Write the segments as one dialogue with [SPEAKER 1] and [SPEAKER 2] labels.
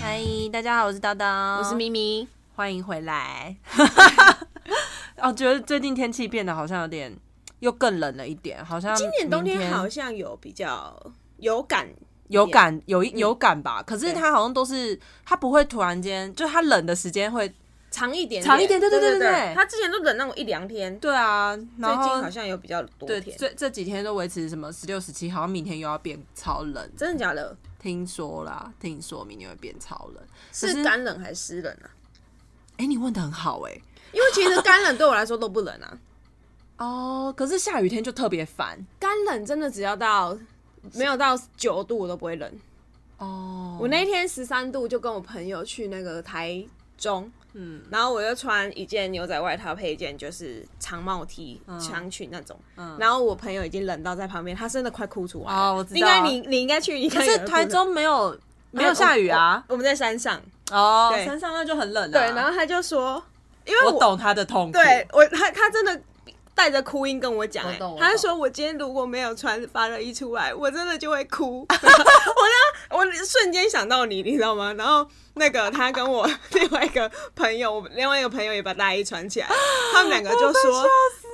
[SPEAKER 1] 嗨，大家好，我是叨叨，
[SPEAKER 2] 我是咪咪，
[SPEAKER 1] 欢迎回来。 哦，觉得最近天气变得好像有点又更冷了一点，好像
[SPEAKER 2] 今年冬
[SPEAKER 1] 明
[SPEAKER 2] 天好像有比较有感，
[SPEAKER 1] 有感有一有感吧。可是它好像都是它不会突然间，就它冷的时间会
[SPEAKER 2] 长一点，
[SPEAKER 1] 长一点对
[SPEAKER 2] 对
[SPEAKER 1] 对对对对
[SPEAKER 2] 对，他之前都冷那种一两天，
[SPEAKER 1] 对啊，
[SPEAKER 2] 最
[SPEAKER 1] 然
[SPEAKER 2] 近
[SPEAKER 1] 后
[SPEAKER 2] 好像有比较多
[SPEAKER 1] 对
[SPEAKER 2] 天，
[SPEAKER 1] 这这几天都维持什么十六十七，好像明天又要变超冷，
[SPEAKER 2] 真的假的？
[SPEAKER 1] 听说啦，听说明天会变超冷。可
[SPEAKER 2] 是干冷还是湿冷啊？
[SPEAKER 1] 哎、你问的很好哎、
[SPEAKER 2] 因为其实干冷对我来说都不冷啊，
[SPEAKER 1] 哦，可是下雨天就特别烦
[SPEAKER 2] 干冷真的只要到没有到九度我都不会冷。
[SPEAKER 1] 哦。
[SPEAKER 2] 我那天十三度就跟我朋友去那个台中，
[SPEAKER 1] 嗯
[SPEAKER 2] 嗯，然后我就穿一件牛仔外套配一件就是长帽 T、长
[SPEAKER 1] 嗯
[SPEAKER 2] 裙那种，然后我朋友已经冷到在旁边，他真的快哭出来了
[SPEAKER 1] 哦我知道
[SPEAKER 2] 应该你你应该去，应该
[SPEAKER 1] 可是
[SPEAKER 2] 有人哭
[SPEAKER 1] 台中没有没有下雨啊，
[SPEAKER 2] 我哦我们在山上，
[SPEAKER 1] 哦，
[SPEAKER 2] 对
[SPEAKER 1] 山上那就很冷啊。
[SPEAKER 2] 对，然后他就说，因为
[SPEAKER 1] 我
[SPEAKER 2] 我
[SPEAKER 1] 懂他的痛苦，
[SPEAKER 2] 对我他他真的。带着哭音跟我讲、
[SPEAKER 1] 我
[SPEAKER 2] 哎
[SPEAKER 1] 懂我，懂
[SPEAKER 2] 他就说我今天如果没有穿发热衣出来，我真的就会 哭。我呢，我瞬间想到你，你知道吗？然后那个他跟我 另外一个朋友，我们另外一个朋友也把大衣穿起来，他们两个就说，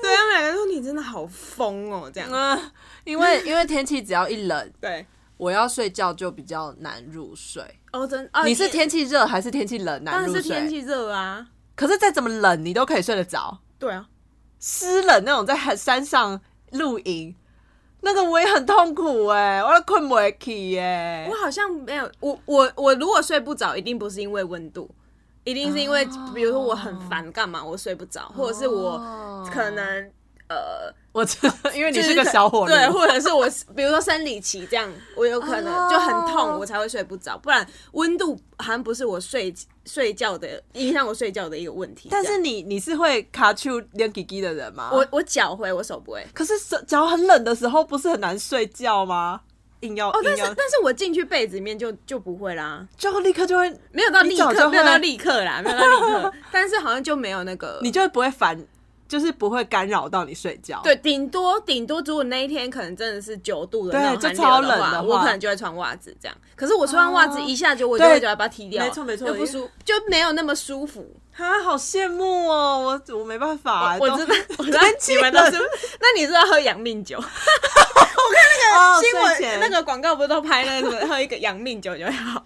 [SPEAKER 2] 对他们两个说你真的好疯哦，这样。
[SPEAKER 1] 嗯，因 为因为天气只要一冷，
[SPEAKER 2] 对，
[SPEAKER 1] 我要睡觉就比较难入睡。
[SPEAKER 2] 哦，真哦，
[SPEAKER 1] 你是天气热还是天气冷难
[SPEAKER 2] 当
[SPEAKER 1] 入睡？
[SPEAKER 2] 然是天气热啊，
[SPEAKER 1] 可是再怎么冷，你都可以睡得着。
[SPEAKER 2] 对啊，
[SPEAKER 1] 湿冷那种在山上露营，那个我也很痛苦哎、我都困不起哎、
[SPEAKER 2] 我好像没有，我我我如果睡不着，一定不是因为温度，一定是因为、比如说我很烦干嘛，我睡不着，或者是我可能、呃，
[SPEAKER 1] 哦我知道，因为你
[SPEAKER 2] 哦就是
[SPEAKER 1] 个小火炉，
[SPEAKER 2] 对，或者是我比如说生理期这样，我有可
[SPEAKER 1] 哦
[SPEAKER 2] 能就很痛，我才会睡不着，不然温度好像不是我睡睡觉的影响我睡觉的一个问题。
[SPEAKER 1] 但
[SPEAKER 2] 这
[SPEAKER 1] 是
[SPEAKER 2] 样
[SPEAKER 1] 你你是会卡住练叽叽的人吗？
[SPEAKER 2] 我我脚会，我手不会。
[SPEAKER 1] 可是手脚很冷的时候，不是很难睡觉吗？硬要
[SPEAKER 2] 哦，但
[SPEAKER 1] 硬
[SPEAKER 2] 是
[SPEAKER 1] 要，
[SPEAKER 2] 但是我进去被子里面就就不会啦，
[SPEAKER 1] 就立刻就会，
[SPEAKER 2] 没有到
[SPEAKER 1] 你
[SPEAKER 2] 立
[SPEAKER 1] 脚就
[SPEAKER 2] 刻，没有
[SPEAKER 1] 会
[SPEAKER 2] 到立刻啦，没有到立刻， 但是好像就没有那个，
[SPEAKER 1] 你就不会烦，就是不会干扰到你睡觉。
[SPEAKER 2] 对，顶多顶多，如果那一天可能真的是九度的
[SPEAKER 1] 对
[SPEAKER 2] 那种寒
[SPEAKER 1] 就超
[SPEAKER 2] 流
[SPEAKER 1] 冷
[SPEAKER 2] 的
[SPEAKER 1] 的
[SPEAKER 2] 我
[SPEAKER 1] 话
[SPEAKER 2] 可能就会穿袜子这样。可是我穿袜子
[SPEAKER 1] 哦
[SPEAKER 2] 一下就我就
[SPEAKER 1] 对
[SPEAKER 2] 会觉得把它踢掉了，
[SPEAKER 1] 没错没错
[SPEAKER 2] 就不舒就没有那么舒服。
[SPEAKER 1] 啊，好羡慕哦，我我没办法，
[SPEAKER 2] 我
[SPEAKER 1] 都
[SPEAKER 2] 知道，我知道
[SPEAKER 1] 天气
[SPEAKER 2] 你们都是
[SPEAKER 1] 冷。
[SPEAKER 2] 那你是要喝养 命酒？
[SPEAKER 1] 哦
[SPEAKER 2] 新
[SPEAKER 1] 睡前
[SPEAKER 2] 闻那个广告不都拍那个什么喝一个养命酒就会 好？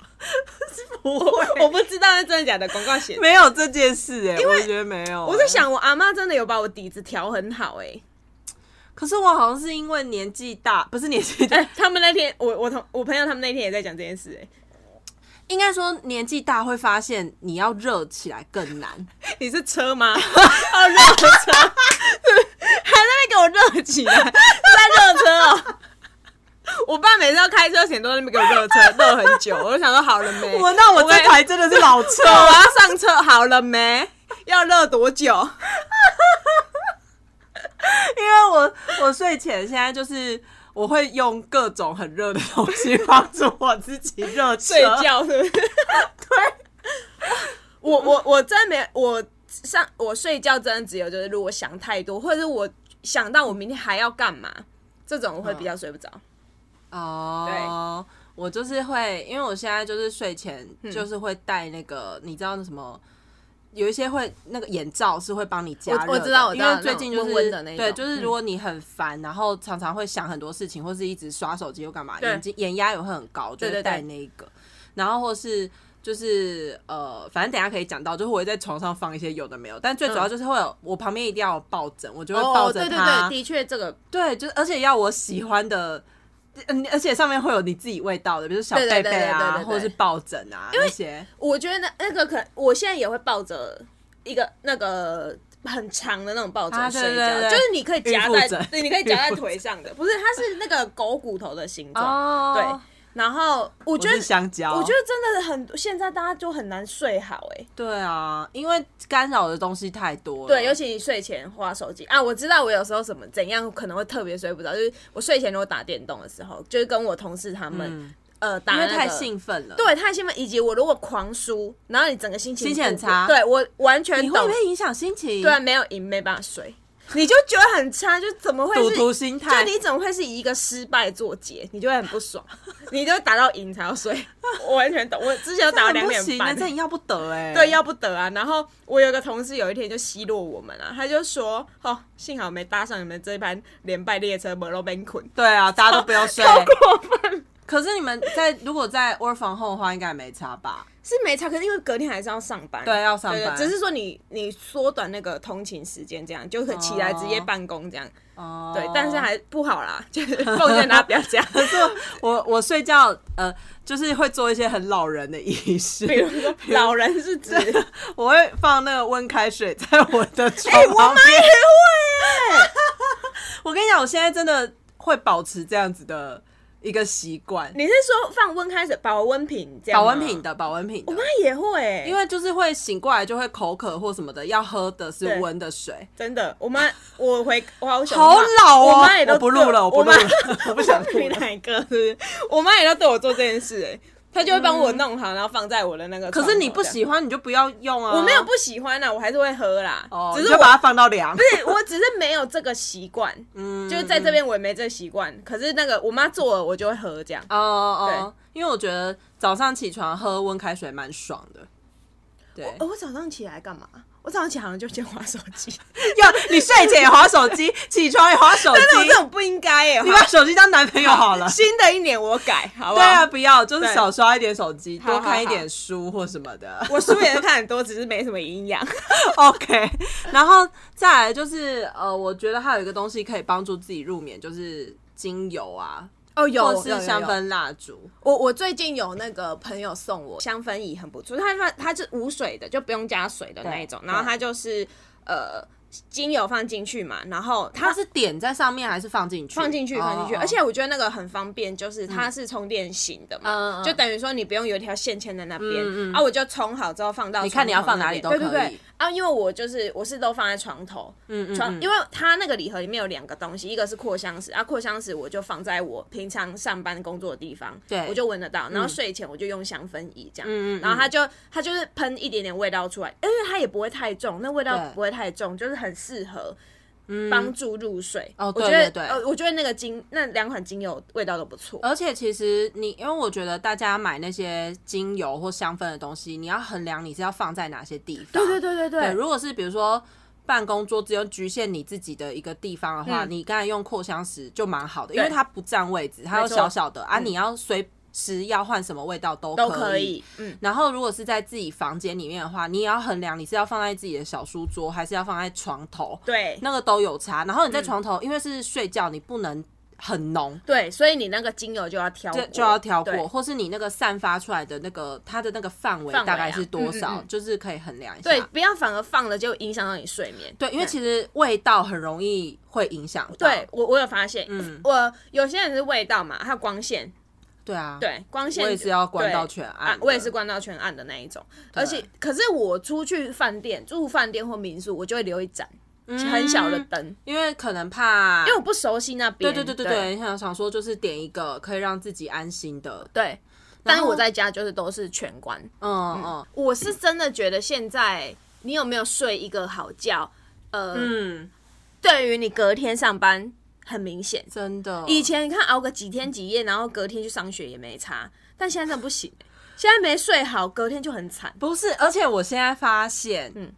[SPEAKER 2] 不会，我不知道那真的假的，广告写的。
[SPEAKER 1] 没有这件事哎、我觉得没有、
[SPEAKER 2] 我在，想，我阿妈真的有把我底子调很好哎、
[SPEAKER 1] 可是我好像是因为年纪大， 不是年纪大，
[SPEAKER 2] 哎、他们那天我我同我朋友他们那天也在讲这件事哎、
[SPEAKER 1] 应该说年纪大会发现你要热起来更难。
[SPEAKER 2] 你是车 吗？哦，热车， 还在那边给我热起来，在热车哦。 我爸每次要开车前都在那边给我热车，热很久，我就想说好了 没？
[SPEAKER 1] 我 那我这台真的是老车
[SPEAKER 2] 我要上车好了没？要热多久？
[SPEAKER 1] 因为我我睡前现在就是我会用各种很热的东西 帮助我自己热车
[SPEAKER 2] 睡。觉是不是？ 对，我我我真没我上我睡觉真的只有就是如果想太多，或者是我想到我明天还要干嘛，这种我会比较睡不着。
[SPEAKER 1] 哦，我就是会，因为我现在就是睡前
[SPEAKER 2] 嗯
[SPEAKER 1] 就是会戴那个，你知道那什么？有一些会那个眼罩是会帮你加热的
[SPEAKER 2] 我我知道我知道
[SPEAKER 1] 因为最近就是
[SPEAKER 2] 那种温温的那种嗯
[SPEAKER 1] 对，就是如果你很烦，然后常常会想很多事情，或是一直刷手机或干嘛，
[SPEAKER 2] 对
[SPEAKER 1] 眼睛眼压也会很高，就
[SPEAKER 2] 对
[SPEAKER 1] 会
[SPEAKER 2] 对对
[SPEAKER 1] 戴那一个，然后或是就是呃，反正等一下可以讲到，就是我会在床上放一些有的没有，但最主要就是会有我旁边一定要有抱枕，我就会抱着它，
[SPEAKER 2] 嗯哦对对对，的确这个
[SPEAKER 1] 对，就是而且要我喜欢的，嗯，而且上面会有你自己味道的，比如小
[SPEAKER 2] 对
[SPEAKER 1] 贝
[SPEAKER 2] 对对
[SPEAKER 1] 贝啊，
[SPEAKER 2] 对对对对
[SPEAKER 1] 或者是抱枕啊那些。
[SPEAKER 2] 我觉得那那个可能我现在也会抱着一个那个很长的那种抱枕
[SPEAKER 1] 啊对
[SPEAKER 2] 睡觉，
[SPEAKER 1] 对对
[SPEAKER 2] 就是你可以夹
[SPEAKER 1] 孕妇
[SPEAKER 2] 在
[SPEAKER 1] 枕
[SPEAKER 2] 对，你可以夹
[SPEAKER 1] 孕
[SPEAKER 2] 在
[SPEAKER 1] 妇
[SPEAKER 2] 腿上的，不是它是那个狗骨头的形 状。
[SPEAKER 1] 哦
[SPEAKER 2] 对，然后我
[SPEAKER 1] 我
[SPEAKER 2] 觉得
[SPEAKER 1] 是哦香蕉，
[SPEAKER 2] 我觉得真的很多，现在大家就很难睡好哎、欸
[SPEAKER 1] 对啊，因为干扰的东西太多了。
[SPEAKER 2] 对，尤其你睡前花手机啊，我知道我有时候什么怎样可能会特别睡不着，就是我睡前如果打电动的时候，就是跟我同事他们、呃打、
[SPEAKER 1] 嗯因
[SPEAKER 2] 那
[SPEAKER 1] 为
[SPEAKER 2] 个
[SPEAKER 1] 太兴奋了，，
[SPEAKER 2] 对太兴奋，以及我如果狂输，然后你整个心情
[SPEAKER 1] 心情很
[SPEAKER 2] 不
[SPEAKER 1] 差
[SPEAKER 2] 对我完全
[SPEAKER 1] 你会
[SPEAKER 2] 懂啊
[SPEAKER 1] 不，会影响心情？
[SPEAKER 2] 对啊，没有赢没办法睡。你就觉得很差，就怎么会
[SPEAKER 1] 赌
[SPEAKER 2] 是
[SPEAKER 1] 徒心
[SPEAKER 2] 就
[SPEAKER 1] 态。
[SPEAKER 2] 你怎么会是以一个失败作结？你就会很 不爽，你就会打到赢才要睡。我完全懂，我之前都打到
[SPEAKER 1] 这很
[SPEAKER 2] 两
[SPEAKER 1] 不
[SPEAKER 2] 点
[SPEAKER 1] 行啊，
[SPEAKER 2] 半，
[SPEAKER 1] 这你要不 得哎、
[SPEAKER 2] 对，要不得啊。然后我有一个同事有一天就奚落我们啊，他就说：“哦，幸好没搭上你们这一班连败列车，没落被困。
[SPEAKER 1] 对啊，大家都不 要睡。
[SPEAKER 2] 好过分，
[SPEAKER 1] 可是你们在如果在 work from home 的话，应该也没差吧？
[SPEAKER 2] 是没差，可是因为隔天还是要上班，
[SPEAKER 1] 对要上
[SPEAKER 2] 对
[SPEAKER 1] 班
[SPEAKER 2] 只是说你你缩短那个通勤时间，这样就可以起来直接办公这样。
[SPEAKER 1] 哦、
[SPEAKER 2] 对，但是还不好啦，就是奉劝大家不要这样。
[SPEAKER 1] 我我睡觉呃，就是会做一些很老人的仪式，
[SPEAKER 2] 比如说，老人是指，
[SPEAKER 1] 我会放那个温开水在我的床
[SPEAKER 2] 哎、我
[SPEAKER 1] 旁
[SPEAKER 2] 妈
[SPEAKER 1] 边。
[SPEAKER 2] 也会、
[SPEAKER 1] 我跟你讲，我现在真的会保持这样子的一个习惯，
[SPEAKER 2] 你是说放温开水、保温瓶这样？
[SPEAKER 1] 保温瓶，的，保温瓶
[SPEAKER 2] 我
[SPEAKER 1] 的
[SPEAKER 2] 妈。也会、欸，
[SPEAKER 1] 因为就是会醒过来就会口渴或什么的，要喝的是温的水。
[SPEAKER 2] 真的，我妈我回我好想骂
[SPEAKER 1] 好老哦！
[SPEAKER 2] 我妈也都
[SPEAKER 1] 我不录了，
[SPEAKER 2] 我
[SPEAKER 1] 不录
[SPEAKER 2] 妈
[SPEAKER 1] 了，我不想 录
[SPEAKER 2] 你
[SPEAKER 1] 了。
[SPEAKER 2] 哪一个？是不是？我妈也要对我做这件事、哎，她就会帮我弄好，然后放在我的那个。
[SPEAKER 1] 可是你不，喜欢，你就不要用啊。
[SPEAKER 2] 我没有不喜欢啦，我还是会喝啦。
[SPEAKER 1] 哦，
[SPEAKER 2] 只
[SPEAKER 1] 你
[SPEAKER 2] 是
[SPEAKER 1] 就
[SPEAKER 2] 我
[SPEAKER 1] 把它放到 凉。
[SPEAKER 2] 不是，我只是没有这个习 惯，
[SPEAKER 1] 嗯，
[SPEAKER 2] 就是在这边我也没这个习惯。可是那个我妈做了，我就会喝这样。
[SPEAKER 1] 哦哦，因为我觉得早上起床喝温开水蛮爽的。对，
[SPEAKER 2] 哦，我早上起来干嘛？我早上起来好像就先划手 机，
[SPEAKER 1] 要你睡前也划手机，起床也划手
[SPEAKER 2] 但是我
[SPEAKER 1] 机
[SPEAKER 2] 这，种不应该耶、
[SPEAKER 1] 你把手机当男朋友好了。
[SPEAKER 2] 新的一年我改，好不
[SPEAKER 1] 对
[SPEAKER 2] 好？
[SPEAKER 1] 啊，不要，就是
[SPEAKER 2] 对
[SPEAKER 1] 少刷一点手机，
[SPEAKER 2] 好
[SPEAKER 1] 多
[SPEAKER 2] 好
[SPEAKER 1] 看一点书或什么的。
[SPEAKER 2] 我书也是看很多，只是没什么营养。
[SPEAKER 1] OK，然后再来就是呃，我觉得还有一个东西可以帮助自己入眠，就是精油啊，
[SPEAKER 2] 哦，
[SPEAKER 1] 或是香氛蜡烛。
[SPEAKER 2] 我我最近有那个朋友送我香氛椅，很不错。它它它是无水的，就不用加水的那一种。
[SPEAKER 1] 对
[SPEAKER 2] 然后它就是呃精油放进去嘛，然后
[SPEAKER 1] 它
[SPEAKER 2] 它
[SPEAKER 1] 是点在上面还是放进去？
[SPEAKER 2] 放进去
[SPEAKER 1] 哦
[SPEAKER 2] 放进去，
[SPEAKER 1] 哦
[SPEAKER 2] 而且我觉得那个很方便，就是它是充电型的
[SPEAKER 1] 嗯
[SPEAKER 2] 嘛，
[SPEAKER 1] 嗯
[SPEAKER 2] 就等于说你不用有一条线牵在那边
[SPEAKER 1] 嗯嗯
[SPEAKER 2] 啊，我就充好之后放到
[SPEAKER 1] 你看你要放哪里
[SPEAKER 2] 床头
[SPEAKER 1] 都
[SPEAKER 2] 那
[SPEAKER 1] 可以
[SPEAKER 2] 边对对对啊，因为我就是我是都放在床头，
[SPEAKER 1] 嗯嗯
[SPEAKER 2] 床，
[SPEAKER 1] 嗯
[SPEAKER 2] 因为它那个礼盒里面有两个东西，一个是扩香石啊，扩香石我就放在我平常上班工作的地方，
[SPEAKER 1] 对嗯
[SPEAKER 2] 我就闻得到，然后睡前我就用香氛仪这样，
[SPEAKER 1] 嗯嗯嗯
[SPEAKER 2] 然后它就它就是喷一点点味道出来，因为它也不会太重，那味道
[SPEAKER 1] 对嗯
[SPEAKER 2] 不会太重，就是很适合。帮助入睡，
[SPEAKER 1] 哦
[SPEAKER 2] 我
[SPEAKER 1] 对
[SPEAKER 2] 觉
[SPEAKER 1] 对
[SPEAKER 2] 得
[SPEAKER 1] 对
[SPEAKER 2] 呃，我觉得那个精那两款精油味道都不错，
[SPEAKER 1] 而且其实你，因为我觉得大家买那些精油或香氛的东西，你要衡量你是要放在哪些地方。
[SPEAKER 2] 对对对对
[SPEAKER 1] 对，
[SPEAKER 2] 对，
[SPEAKER 1] 如果是比如说办公桌只有局限你自己的一个地方的
[SPEAKER 2] 嗯
[SPEAKER 1] 话，你刚才用扩香石就蛮好的，因为它不占位置，它又
[SPEAKER 2] 错嗯
[SPEAKER 1] 小小的啊，你要随时要换什么味道都
[SPEAKER 2] 都
[SPEAKER 1] 可
[SPEAKER 2] 可。以，嗯，
[SPEAKER 1] 然后，如果是在自己房间里面的话，你也要衡量你是要放在自己的小书桌，还是要放在床头，
[SPEAKER 2] 对嗯
[SPEAKER 1] 那个都有差。然后你在床头，因为是睡觉，你不能很浓，
[SPEAKER 2] 对，所以你那个精油就要挑过，
[SPEAKER 1] 就就要挑过，
[SPEAKER 2] 对
[SPEAKER 1] 或是你那个散发出来的那个它的那个范围
[SPEAKER 2] 范围
[SPEAKER 1] 大概
[SPEAKER 2] 啊
[SPEAKER 1] 是多少，
[SPEAKER 2] 嗯嗯嗯
[SPEAKER 1] 就是可以衡量一下。
[SPEAKER 2] 对，不要反而放了就影响到你睡眠，
[SPEAKER 1] 对，因为其实味道很容易会影响到。
[SPEAKER 2] 对我，我有发现，
[SPEAKER 1] 嗯
[SPEAKER 2] 我有些人是味道嘛，还有光线，
[SPEAKER 1] 对啊，，
[SPEAKER 2] 对光线
[SPEAKER 1] 我也是要关到
[SPEAKER 2] 对
[SPEAKER 1] 全暗
[SPEAKER 2] 啊
[SPEAKER 1] 的、，
[SPEAKER 2] 我也是关到全暗的那一种。而且，可是我出去饭店住饭店或民宿，我就会留一盏
[SPEAKER 1] 嗯
[SPEAKER 2] 很小的灯，
[SPEAKER 1] 因为可能怕，
[SPEAKER 2] 因为我不熟悉那边。
[SPEAKER 1] 对对对对
[SPEAKER 2] 对
[SPEAKER 1] 对，想想说就是点一个可以让自己安心的，
[SPEAKER 2] 对但是我在家就是都是全关。
[SPEAKER 1] 嗯嗯
[SPEAKER 2] 我是真的觉得现在你有没有睡一个好觉，呃，
[SPEAKER 1] 嗯，
[SPEAKER 2] 对于你隔天上班很明显。
[SPEAKER 1] 真的，
[SPEAKER 2] 以前你看熬个几天几夜，然后隔天去上学也没差，但现在真的不行、现在没睡好，隔天就很惨。
[SPEAKER 1] 不是，而且我现在发现，
[SPEAKER 2] 嗯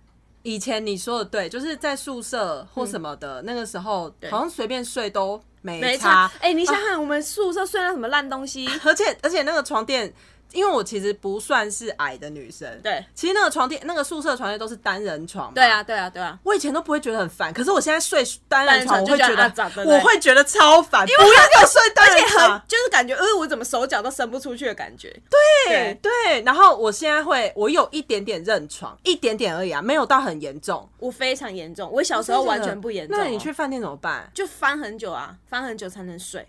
[SPEAKER 1] 以前你说的对，就是在宿舍或什么的、那个时候，好像随便睡都没
[SPEAKER 2] 没
[SPEAKER 1] 差
[SPEAKER 2] 差，啊哎、你想想，我们宿舍睡到什么烂东西？
[SPEAKER 1] 而且而且那个床垫，因为我其实不算是矮的女生，，
[SPEAKER 2] 对，
[SPEAKER 1] 其实那个床垫，那个宿舍床垫都是单人床，
[SPEAKER 2] 对啊，，对啊，对啊，
[SPEAKER 1] 我以前都不会觉得很烦，可是我现在睡单人床，我会
[SPEAKER 2] 单人床就
[SPEAKER 1] 觉
[SPEAKER 2] 觉得
[SPEAKER 1] 得
[SPEAKER 2] 啊咋的嘞
[SPEAKER 1] 我会觉得超烦，不要给我睡单
[SPEAKER 2] 而且
[SPEAKER 1] 人
[SPEAKER 2] 很
[SPEAKER 1] 床。
[SPEAKER 2] 就是感觉，呃，我怎么手脚都伸不出去的感觉。
[SPEAKER 1] 对
[SPEAKER 2] 对
[SPEAKER 1] 对，然后我现在会，我有一点点认床，一点点而已啊，没有到很严重。
[SPEAKER 2] 我非常严重，我小时候完全不严重哦、
[SPEAKER 1] 那你去饭店怎么办？
[SPEAKER 2] 就翻很久啊，翻很久才能睡，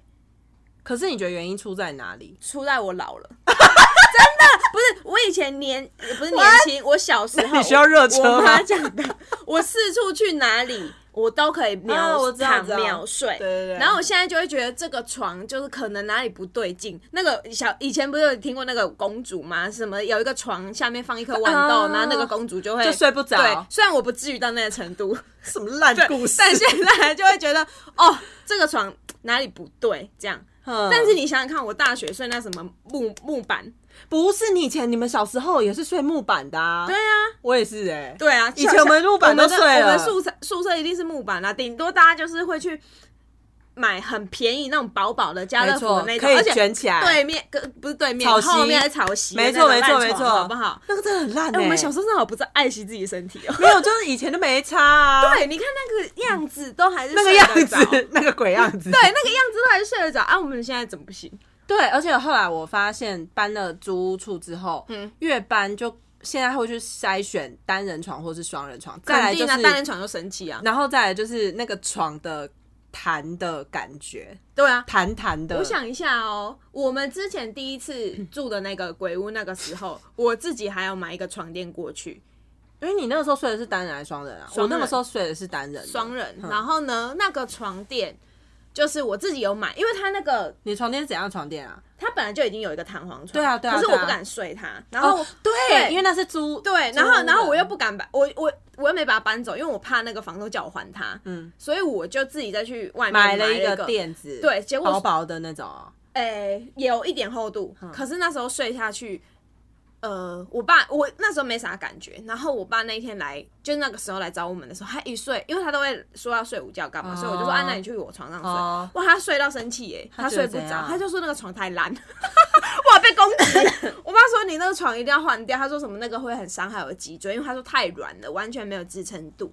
[SPEAKER 1] 可是你觉得原因出在哪里？
[SPEAKER 2] 出在我老了。 真的不是我以前年 不是年轻，我小时候
[SPEAKER 1] 你需要热车吗
[SPEAKER 2] 我妈讲的，我四处去哪里，我都可以
[SPEAKER 1] 啊
[SPEAKER 2] 秒
[SPEAKER 1] 我知道
[SPEAKER 2] 躺
[SPEAKER 1] 知道
[SPEAKER 2] 秒睡。
[SPEAKER 1] 对对对
[SPEAKER 2] 然后我现在就会觉得这个床就是可能哪里不对劲。那个小以前不是有听过那个公主吗？什么有一个床下面放一颗豌豆，
[SPEAKER 1] 啊
[SPEAKER 2] 然后那个公主就会
[SPEAKER 1] 就睡不着
[SPEAKER 2] 对，虽然我不至于到那个程度，
[SPEAKER 1] 什么烂
[SPEAKER 2] 对
[SPEAKER 1] 故事？
[SPEAKER 2] 但现在就会觉得哦，这个床哪里不对这样。
[SPEAKER 1] 嗯
[SPEAKER 2] 但是你想想看，我大学睡那什么木木板，
[SPEAKER 1] 不是你以前你们小时候也是睡木板的啊？
[SPEAKER 2] 对啊，
[SPEAKER 1] 我也是哎、
[SPEAKER 2] 对啊，
[SPEAKER 1] 以前我们木板都
[SPEAKER 2] 我们
[SPEAKER 1] 睡
[SPEAKER 2] 的
[SPEAKER 1] 了
[SPEAKER 2] 我们宿舍宿舍一定是木板啦、顶多大家就是会去买很便宜那种薄薄的家
[SPEAKER 1] 没
[SPEAKER 2] 乐福
[SPEAKER 1] 错
[SPEAKER 2] 的，那种，
[SPEAKER 1] 可以
[SPEAKER 2] 而且
[SPEAKER 1] 卷起来，
[SPEAKER 2] 对面跟不是对面
[SPEAKER 1] 草席
[SPEAKER 2] 后面还草席的
[SPEAKER 1] 没
[SPEAKER 2] 那
[SPEAKER 1] 错
[SPEAKER 2] 种
[SPEAKER 1] 没
[SPEAKER 2] 烂
[SPEAKER 1] 错
[SPEAKER 2] 床，
[SPEAKER 1] 没错，
[SPEAKER 2] 好不好？？
[SPEAKER 1] 那个真的很烂、欸
[SPEAKER 2] 哎，我们小时候真的好不知道爱惜自己身体哦。
[SPEAKER 1] 没有，就是以前都没差啊，
[SPEAKER 2] 对，你看那个样子都还是
[SPEAKER 1] 那个
[SPEAKER 2] 睡得
[SPEAKER 1] 样
[SPEAKER 2] 着
[SPEAKER 1] 子，那个鬼样子，
[SPEAKER 2] 对，那个样子都还是睡得着啊！我们现在怎么不行？
[SPEAKER 1] 对，而且后来我发现搬了租屋处之后，
[SPEAKER 2] 嗯
[SPEAKER 1] 越搬就现在会去筛选单人床或是双人床，再
[SPEAKER 2] 肯
[SPEAKER 1] 来就
[SPEAKER 2] 定
[SPEAKER 1] 是，
[SPEAKER 2] 啊，单人床就生气啊！
[SPEAKER 1] 然后再来就是那个床的弹的感觉，
[SPEAKER 2] 对啊，
[SPEAKER 1] 弹弹的，
[SPEAKER 2] 我想一下哦，我们之前第一次住的那个鬼屋，那个 时候我自己还要买一个床垫过去，
[SPEAKER 1] 因为你那个时候睡的是单人还是双人啊？
[SPEAKER 2] 双
[SPEAKER 1] 我
[SPEAKER 2] 人
[SPEAKER 1] 那个时候睡的是单人的，
[SPEAKER 2] 双人。
[SPEAKER 1] 嗯
[SPEAKER 2] 然后呢，那个床垫就是我自己有买，因为它那个
[SPEAKER 1] 你床垫是怎样的床垫啊？
[SPEAKER 2] 它本来就已经有一个弹簧床，
[SPEAKER 1] 对啊对啊
[SPEAKER 2] 可是我
[SPEAKER 1] 对啊
[SPEAKER 2] 不敢睡它，然后、
[SPEAKER 1] 哦对，
[SPEAKER 2] 哦对
[SPEAKER 1] 因为那是租
[SPEAKER 2] 对，然
[SPEAKER 1] 租屋
[SPEAKER 2] 后
[SPEAKER 1] 的
[SPEAKER 2] 然后我又不敢把我我我又没把它搬走，因为我怕那个房东叫我还它，
[SPEAKER 1] 嗯
[SPEAKER 2] 所以我就自己再去外面
[SPEAKER 1] 买
[SPEAKER 2] 了
[SPEAKER 1] 了一
[SPEAKER 2] 个
[SPEAKER 1] 个，垫子，
[SPEAKER 2] 对结果
[SPEAKER 1] 薄薄的那种啊，
[SPEAKER 2] 诶、有一点厚度，
[SPEAKER 1] 嗯
[SPEAKER 2] 可是那时候睡下去。呃，我爸我那时候没啥感觉，然后我爸那一天来，就是那个时候来找我们的时候，他一睡，因为他都会说要睡午觉干嘛，
[SPEAKER 1] 哦
[SPEAKER 2] 所以我就说，啊，那你去我床上睡。
[SPEAKER 1] 哦
[SPEAKER 2] 哇，他睡到生气耶，他
[SPEAKER 1] 他觉
[SPEAKER 2] 睡
[SPEAKER 1] 得
[SPEAKER 2] 不
[SPEAKER 1] 怎
[SPEAKER 2] 着
[SPEAKER 1] 样，
[SPEAKER 2] 他就说那个床太烂， 哇，被攻击。我爸说你那个床一定要换掉，他说什么那个会很伤害我的脊椎，因为他说太软了，完全没有支撑度。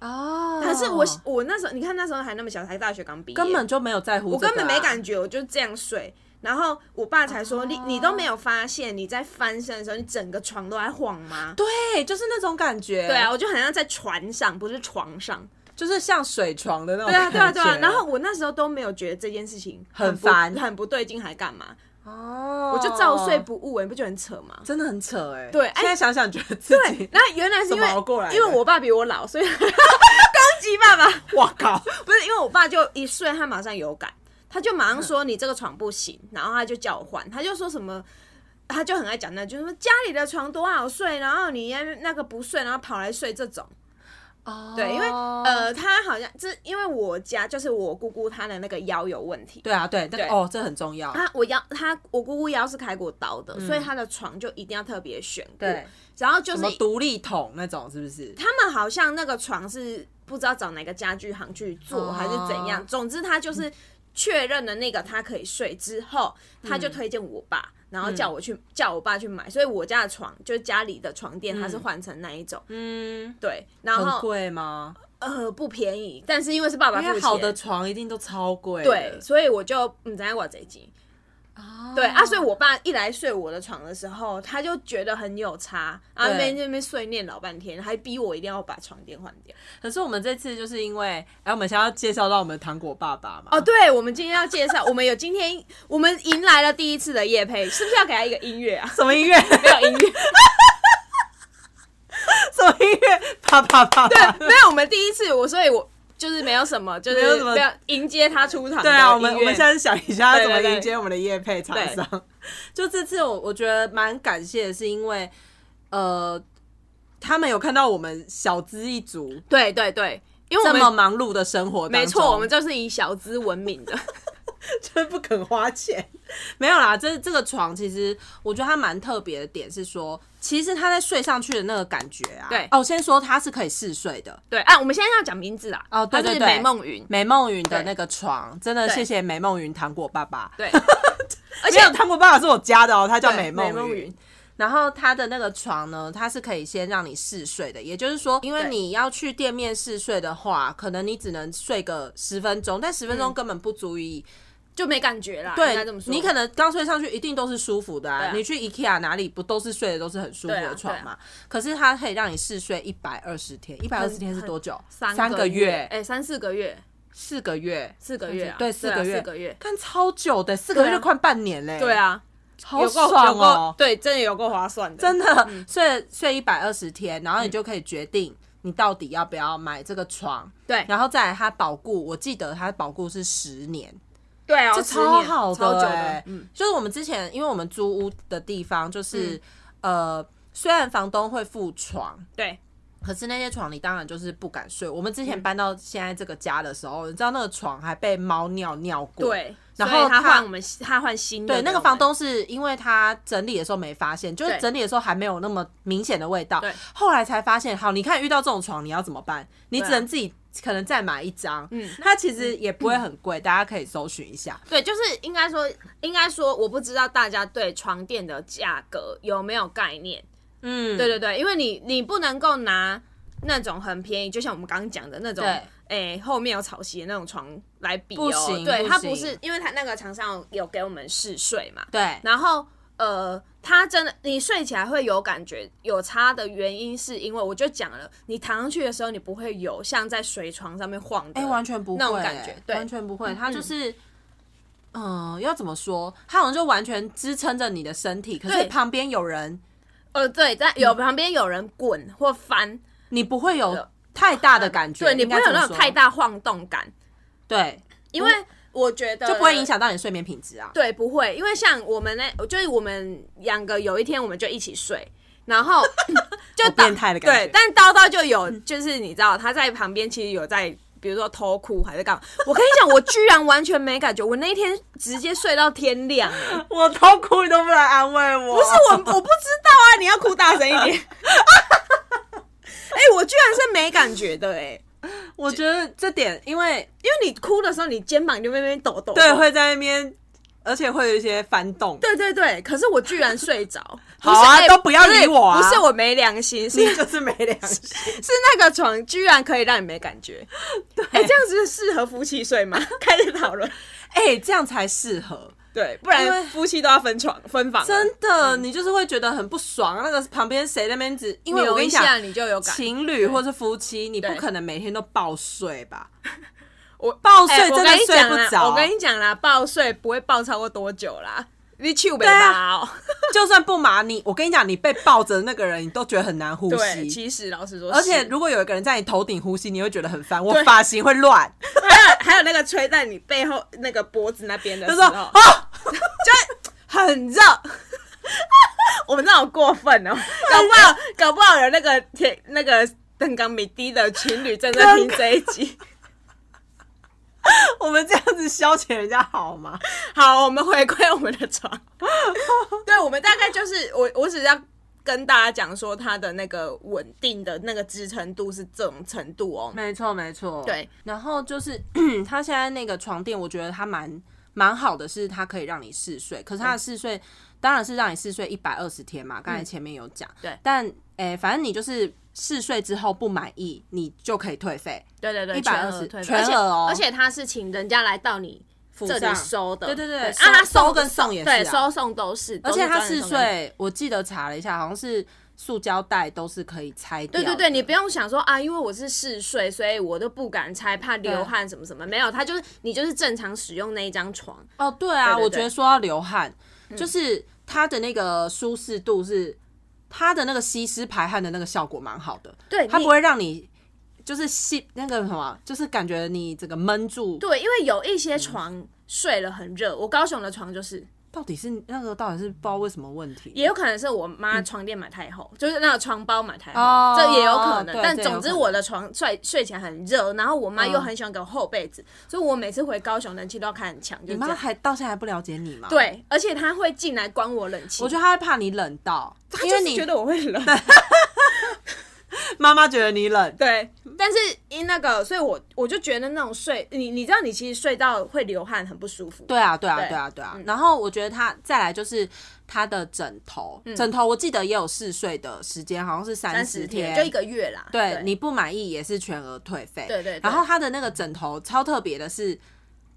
[SPEAKER 1] 哦
[SPEAKER 2] 可是我我那时候，你看那时候还那么小，才大学刚毕业，
[SPEAKER 1] 根本就没有在乎、啊
[SPEAKER 2] 我根本没。感觉，我就这样睡。然后我爸才说：“你你都没有发现，你在翻身的时候，你整个床都在晃吗？”
[SPEAKER 1] 对，就是那种感觉。
[SPEAKER 2] 对啊，，我就很像在船上，不是床上。
[SPEAKER 1] 就是像水床的那种
[SPEAKER 2] 对啊，
[SPEAKER 1] 感觉。
[SPEAKER 2] 对啊，对啊。然后我那时候都没有觉得这件事情
[SPEAKER 1] 很
[SPEAKER 2] 不
[SPEAKER 1] 烦
[SPEAKER 2] 很不对劲，还干嘛？
[SPEAKER 1] 哦，
[SPEAKER 2] 我就照睡不误，你欸不觉得很扯 吗？
[SPEAKER 1] 真的很扯哎、
[SPEAKER 2] 对哎
[SPEAKER 1] 现在想想觉得自己，
[SPEAKER 2] 然后原来是因为
[SPEAKER 1] 怎么熬过来的
[SPEAKER 2] 因为我爸比我老，所以 攻击爸爸。
[SPEAKER 1] 哇靠，
[SPEAKER 2] 不是因为我爸就一睡，他马上有感，他就马
[SPEAKER 1] 嗯
[SPEAKER 2] 上说你这个床不行，然后他就叫我换，他就说什么。他就很爱讲那句，就是家里的床多好睡，然后你那个不睡，然后跑来睡这种。
[SPEAKER 1] 哦，
[SPEAKER 2] 对，因为呃，他好像这因为我家就是我姑姑她的那个腰有问题，
[SPEAKER 1] 对啊，对，但
[SPEAKER 2] 对
[SPEAKER 1] 哦，这很重要。
[SPEAKER 2] 她我腰她我姑姑腰是开过刀的，所以她的床就一定要特别选过。
[SPEAKER 1] 嗯对，
[SPEAKER 2] 然后就
[SPEAKER 1] 什
[SPEAKER 2] 是
[SPEAKER 1] 么独立桶那种是不是？
[SPEAKER 2] 他们好像那个床是不知道找哪个家具行去做
[SPEAKER 1] 哦嗯
[SPEAKER 2] 还是怎样，总之他就是确认了那个他可以睡之后，他就推荐我爸，然后叫我
[SPEAKER 1] 嗯
[SPEAKER 2] 去叫我爸去买，所以我家的床就是家里的床垫，它是换成那一种，
[SPEAKER 1] 嗯，
[SPEAKER 2] 对，然
[SPEAKER 1] 很
[SPEAKER 2] 后
[SPEAKER 1] 贵吗？
[SPEAKER 2] 呃不便宜，但是因为是爸爸
[SPEAKER 1] 因
[SPEAKER 2] 付
[SPEAKER 1] 为好的
[SPEAKER 2] 钱，
[SPEAKER 1] 床一定都超贵的。
[SPEAKER 2] 对，所以我就嗯，咱我这集。
[SPEAKER 1] 啊
[SPEAKER 2] 对啊，所以我爸一来睡我的床的时候，他就觉得很有差，啊，那
[SPEAKER 1] 对
[SPEAKER 2] 边那边碎念老半天，还逼我一定要把床垫换掉。
[SPEAKER 1] 可是我们这次就是因为，哎，我们想要介绍到我们糖果爸爸嘛。
[SPEAKER 2] 哦，对，我们今天要介绍，我们有今天 我们迎来了第一次的夜配，是不是要给他一个音乐 啊？
[SPEAKER 1] 什么音乐？
[SPEAKER 2] 没有音乐，
[SPEAKER 1] 什么音乐？啪啪啪！啪
[SPEAKER 2] 没有，我们第一次，我所以我就是没有什么，就是
[SPEAKER 1] 没有什么
[SPEAKER 2] 不要迎接他出场的
[SPEAKER 1] 对啊，我们
[SPEAKER 2] 音
[SPEAKER 1] 我
[SPEAKER 2] 乐
[SPEAKER 1] 们现在想一下要怎么
[SPEAKER 2] 对对对
[SPEAKER 1] 迎接我们的业配厂
[SPEAKER 2] 对
[SPEAKER 1] 商。就这次我我觉得蛮感谢的，是因为呃，他们有看到我们小资一族
[SPEAKER 2] 对对对，因为我
[SPEAKER 1] 这么
[SPEAKER 2] 们
[SPEAKER 1] 忙碌的生活当中，
[SPEAKER 2] 没错，我们就是以小资闻名的，
[SPEAKER 1] 真不肯花钱。 没有啦，这这个床其实我觉得它蛮特别的点是说，其实他在睡上去的那个感觉啊，
[SPEAKER 2] 对
[SPEAKER 1] 哦，先说它是可以嗜睡的，
[SPEAKER 2] 对啊，我们现在要讲名字啊，
[SPEAKER 1] 哦对对对
[SPEAKER 2] 他是美梦云，
[SPEAKER 1] 美梦云的
[SPEAKER 2] 对
[SPEAKER 1] 那个床，真的
[SPEAKER 2] 对
[SPEAKER 1] 谢谢美梦云糖果爸爸。
[SPEAKER 2] 对，而且
[SPEAKER 1] 没有糖果爸爸是我家的哦，他叫
[SPEAKER 2] 对
[SPEAKER 1] 美
[SPEAKER 2] 美
[SPEAKER 1] 梦
[SPEAKER 2] 梦
[SPEAKER 1] 云
[SPEAKER 2] 云。
[SPEAKER 1] 然后它的那个床呢，它是可以先让你试睡的，也就是说，因为
[SPEAKER 2] 对
[SPEAKER 1] 你要去店面试睡的话，可能你只能睡个十分钟，但十分钟根本不足以。
[SPEAKER 2] 就没感觉啦，应该这么
[SPEAKER 1] 嗯对，
[SPEAKER 2] 说，
[SPEAKER 1] 你可能刚睡上去一定都是舒服的啊，
[SPEAKER 2] 对啊
[SPEAKER 1] 你去 IKEA 哪里不都是睡的都是很舒服
[SPEAKER 2] 对啊
[SPEAKER 1] 的床嘛？可是它可以让你试睡一百二十天，一百二十天是多久？
[SPEAKER 2] 三
[SPEAKER 1] 个
[SPEAKER 2] 月，，哎，三四个月，
[SPEAKER 1] 四个月，
[SPEAKER 2] 四个月啊，
[SPEAKER 1] 对，
[SPEAKER 2] 四
[SPEAKER 1] 四个月，
[SPEAKER 2] 四个月，
[SPEAKER 1] 看超久的，四个月
[SPEAKER 2] 对啊
[SPEAKER 1] 就快半年嘞，
[SPEAKER 2] 对，啊，
[SPEAKER 1] 好
[SPEAKER 2] 有够有
[SPEAKER 1] 爽
[SPEAKER 2] 够
[SPEAKER 1] 哦，
[SPEAKER 2] 对，真的有够划算
[SPEAKER 1] 嗯
[SPEAKER 2] 的，
[SPEAKER 1] 真的睡睡一百二十天，然后你就可以决定你到底要不要买这个床？
[SPEAKER 2] 对
[SPEAKER 1] 然后再来它保固，我记得它保固是十年，
[SPEAKER 2] 对哦，
[SPEAKER 1] 这
[SPEAKER 2] 十
[SPEAKER 1] 超
[SPEAKER 2] 年
[SPEAKER 1] 好
[SPEAKER 2] 超久
[SPEAKER 1] 的、
[SPEAKER 2] 的
[SPEAKER 1] 欸，，
[SPEAKER 2] 嗯，
[SPEAKER 1] 就是我们之前，因为我们租屋的地方就是、呃，虽然房东会付床，
[SPEAKER 2] 对，
[SPEAKER 1] 可是那些床你当然就是不敢睡。我们之前搬到现在这个家的时候，你知道那个床还被猫尿尿过。
[SPEAKER 2] 对，
[SPEAKER 1] 然
[SPEAKER 2] 所以
[SPEAKER 1] 后
[SPEAKER 2] 他
[SPEAKER 1] 他
[SPEAKER 2] 换我们他换新的，
[SPEAKER 1] 对，那个房，东是因为他整理的时候没发现，就是
[SPEAKER 2] 对
[SPEAKER 1] 整理的时候还没有那么明显的味道
[SPEAKER 2] 对，
[SPEAKER 1] 后来才发现。好，你看遇到这种床你要怎么办？你
[SPEAKER 2] 对啊
[SPEAKER 1] 只能自己可能再买一张，
[SPEAKER 2] 嗯
[SPEAKER 1] 它其实也不会很贵，大家可以搜寻一下。
[SPEAKER 2] 对，就是应该说，应该说，我不知道大家对床垫的价格有没有概念。
[SPEAKER 1] 嗯，
[SPEAKER 2] 对对对，因为你你不能够拿那种很便宜，就像我们刚刚讲的那种，
[SPEAKER 1] 对
[SPEAKER 2] 哎、后面有草席的那种床来比、哦，
[SPEAKER 1] 不行
[SPEAKER 2] 对，
[SPEAKER 1] 不
[SPEAKER 2] 它
[SPEAKER 1] 行
[SPEAKER 2] 不是，因为它那个厂商有给我们试睡嘛，
[SPEAKER 1] 对，
[SPEAKER 2] 然后呃，它真的你睡起来会有感觉有差的原因，是因为我就讲了，你躺上去的时候你不会有像在水床上面晃的，
[SPEAKER 1] 哎、完全不会
[SPEAKER 2] 那种感觉对嗯
[SPEAKER 1] 完全不会。它就是，嗯、要怎么说？它好像就完全支撑着你的身体，可
[SPEAKER 2] 对
[SPEAKER 1] 是旁边有人，
[SPEAKER 2] 呃对，但有旁边有人滚或翻，
[SPEAKER 1] 你不会有太大的感觉，
[SPEAKER 2] 对
[SPEAKER 1] 嗯
[SPEAKER 2] 你
[SPEAKER 1] 应
[SPEAKER 2] 不
[SPEAKER 1] 该
[SPEAKER 2] 会有
[SPEAKER 1] 这么
[SPEAKER 2] 那种
[SPEAKER 1] 说
[SPEAKER 2] 太，大晃动感，
[SPEAKER 1] 对，
[SPEAKER 2] 因为我觉得
[SPEAKER 1] 就不会影。响到你的睡眠品质 啊。
[SPEAKER 2] 对，不会，因为像我们那，就是我们两个有一天我们就一起睡，然后 就
[SPEAKER 1] 好
[SPEAKER 2] 导
[SPEAKER 1] 变态的感觉
[SPEAKER 2] 对，但叨叨就有，就是你知道他在旁边其实有在，比如说偷哭还是干嘛。我跟你讲，我居然完全没感觉，我那一天直接睡到天亮、欸。
[SPEAKER 1] 我痛哭你都 不来安慰我，
[SPEAKER 2] 不是我，我不知道啊，你要哭大声一点。哎、我居然是没感觉的哎、
[SPEAKER 1] 我觉得这点，因为
[SPEAKER 2] 因为你哭的时候，你肩膀就在那边抖抖。
[SPEAKER 1] 对会在那边，而且会有一些翻动。
[SPEAKER 2] 对对对，可是我居然睡着。
[SPEAKER 1] 好
[SPEAKER 2] 不是
[SPEAKER 1] 啊
[SPEAKER 2] 哎
[SPEAKER 1] 都不要
[SPEAKER 2] 不是
[SPEAKER 1] 理我啊
[SPEAKER 2] 不是我没良心，是
[SPEAKER 1] 你就是没良心，
[SPEAKER 2] 是那个床居然可以让你没感 觉，对，哎、这样子适合夫妻睡吗？开始讨论，
[SPEAKER 1] 哎、这样才适合。
[SPEAKER 2] 对，不
[SPEAKER 1] 因
[SPEAKER 2] 然
[SPEAKER 1] 为
[SPEAKER 2] 夫妻都要分床分房 了，
[SPEAKER 1] 真的，
[SPEAKER 2] 嗯
[SPEAKER 1] 你就是会觉得很不爽。那个旁边谁在那边只，因为我跟你讲，
[SPEAKER 2] 扭一下你就有感。
[SPEAKER 1] 情侣或是夫妻，你
[SPEAKER 2] 对
[SPEAKER 1] 不可能每天都爆睡吧？
[SPEAKER 2] 我
[SPEAKER 1] 爆睡
[SPEAKER 2] 哎
[SPEAKER 1] 真的睡
[SPEAKER 2] 我跟你
[SPEAKER 1] 不
[SPEAKER 2] 讲啦
[SPEAKER 1] 着
[SPEAKER 2] 我，跟你讲啦，爆睡不会爆超过多久啦。你去北
[SPEAKER 1] 对
[SPEAKER 2] 吧
[SPEAKER 1] 啊
[SPEAKER 2] 哦，
[SPEAKER 1] 就算不麻你，我跟你讲，你被抱着的那个人，你都觉得很难呼
[SPEAKER 2] 对，
[SPEAKER 1] 吸。
[SPEAKER 2] 其实老实说是，
[SPEAKER 1] 而且如果有一个人在你头顶呼吸，你会觉得很烦，我
[SPEAKER 2] 对
[SPEAKER 1] 发型会乱。
[SPEAKER 2] 还有 还有那个吹在你背后那个脖子那边的
[SPEAKER 1] 他
[SPEAKER 2] 时
[SPEAKER 1] 说
[SPEAKER 2] 候，
[SPEAKER 1] 啊，
[SPEAKER 2] 很热。 我们这好过分哦，搞不好搞不好有那个铁那个邓刚米低的情侣正在听这一 集。
[SPEAKER 1] 我们这样子消遣人家好吗？
[SPEAKER 2] 好，我们回归我们的 床。对，我们大概就是我，我只是要跟大家讲说，它的那个稳定的那个支撑度是这种程度哦。
[SPEAKER 1] 没错，没错。
[SPEAKER 2] 对，
[SPEAKER 1] 然后就是 它现在那个床垫，我觉得它蛮蛮好的，是它可以让你试睡。可是它的试睡、当然是让你试睡一百二十天嘛，刚才前面有讲、
[SPEAKER 2] 对
[SPEAKER 1] 但诶、反正你就是试睡之后不满意，你就可以退费。
[SPEAKER 2] 对对对，
[SPEAKER 1] 120
[SPEAKER 2] 全额退费
[SPEAKER 1] 全
[SPEAKER 2] 而且
[SPEAKER 1] 额哦
[SPEAKER 2] 而且它是请人家来到你这里
[SPEAKER 1] 上
[SPEAKER 2] 收的，
[SPEAKER 1] 对对对
[SPEAKER 2] 啊，
[SPEAKER 1] 收
[SPEAKER 2] 它
[SPEAKER 1] 收
[SPEAKER 2] 送
[SPEAKER 1] 跟送也是啊
[SPEAKER 2] 对，收送都是，
[SPEAKER 1] 而且它
[SPEAKER 2] 都是
[SPEAKER 1] 试
[SPEAKER 2] 专人送的。
[SPEAKER 1] 睡，我记得查了一下，好像是塑胶袋都是可以拆掉
[SPEAKER 2] 对
[SPEAKER 1] 的。
[SPEAKER 2] 对对，你不用想说啊，因为我是嗜睡，所以我都不敢拆，怕流
[SPEAKER 1] 对
[SPEAKER 2] 汗什么什么。没有，它就是你就是正常使用那一张床，
[SPEAKER 1] 哦，对啊，
[SPEAKER 2] 对对对嗯
[SPEAKER 1] 我觉得说到流汗，就是它的那个舒适度是它的那个吸湿排汗的那个效果蛮好的，
[SPEAKER 2] 对，
[SPEAKER 1] 它
[SPEAKER 2] 你
[SPEAKER 1] 不会让你就是吸那个什么，就是感觉你整个闷住。
[SPEAKER 2] 对，因为有一些
[SPEAKER 1] 嗯
[SPEAKER 2] 床睡了很热，我高雄的床就是，
[SPEAKER 1] 到底是那个到底是不知道为什么问题？
[SPEAKER 2] 也有可能是我妈床垫买太厚，就是那个床包买太厚，
[SPEAKER 1] 嗯哦
[SPEAKER 2] 这也有可能。
[SPEAKER 1] 对
[SPEAKER 2] 但
[SPEAKER 1] 这也有
[SPEAKER 2] 总之
[SPEAKER 1] 可能
[SPEAKER 2] 我的床睡睡起来很热，然后我妈又
[SPEAKER 1] 嗯
[SPEAKER 2] 很喜欢给我厚被子，所以我每次回高雄冷气都要开很强，
[SPEAKER 1] 你
[SPEAKER 2] 就是这
[SPEAKER 1] 妈
[SPEAKER 2] 样。
[SPEAKER 1] 还到现在还不了解你吗？，
[SPEAKER 2] 对，而且她会进来关我冷气，
[SPEAKER 1] 我觉得她会怕你冷到，
[SPEAKER 2] 她
[SPEAKER 1] 因
[SPEAKER 2] 就
[SPEAKER 1] 为
[SPEAKER 2] 是
[SPEAKER 1] 你
[SPEAKER 2] 觉得我会 冷。
[SPEAKER 1] 妈妈觉得你冷。
[SPEAKER 2] 对，但是因那个，所以我我就觉得那种睡，你你知道，你其实睡到会流汗，很不舒服。
[SPEAKER 1] 对啊，对啊，
[SPEAKER 2] 对嗯
[SPEAKER 1] 对啊，对啊。然后我觉得它再来就是它的枕头，枕头我记得也有试睡的时间，好像是三
[SPEAKER 2] 嗯三
[SPEAKER 1] 十
[SPEAKER 2] 十
[SPEAKER 1] 天，
[SPEAKER 2] 天就一个月啦。
[SPEAKER 1] 对你不满意也是全额退费。
[SPEAKER 2] 对对对
[SPEAKER 1] 然后它的那个枕头超特别的是，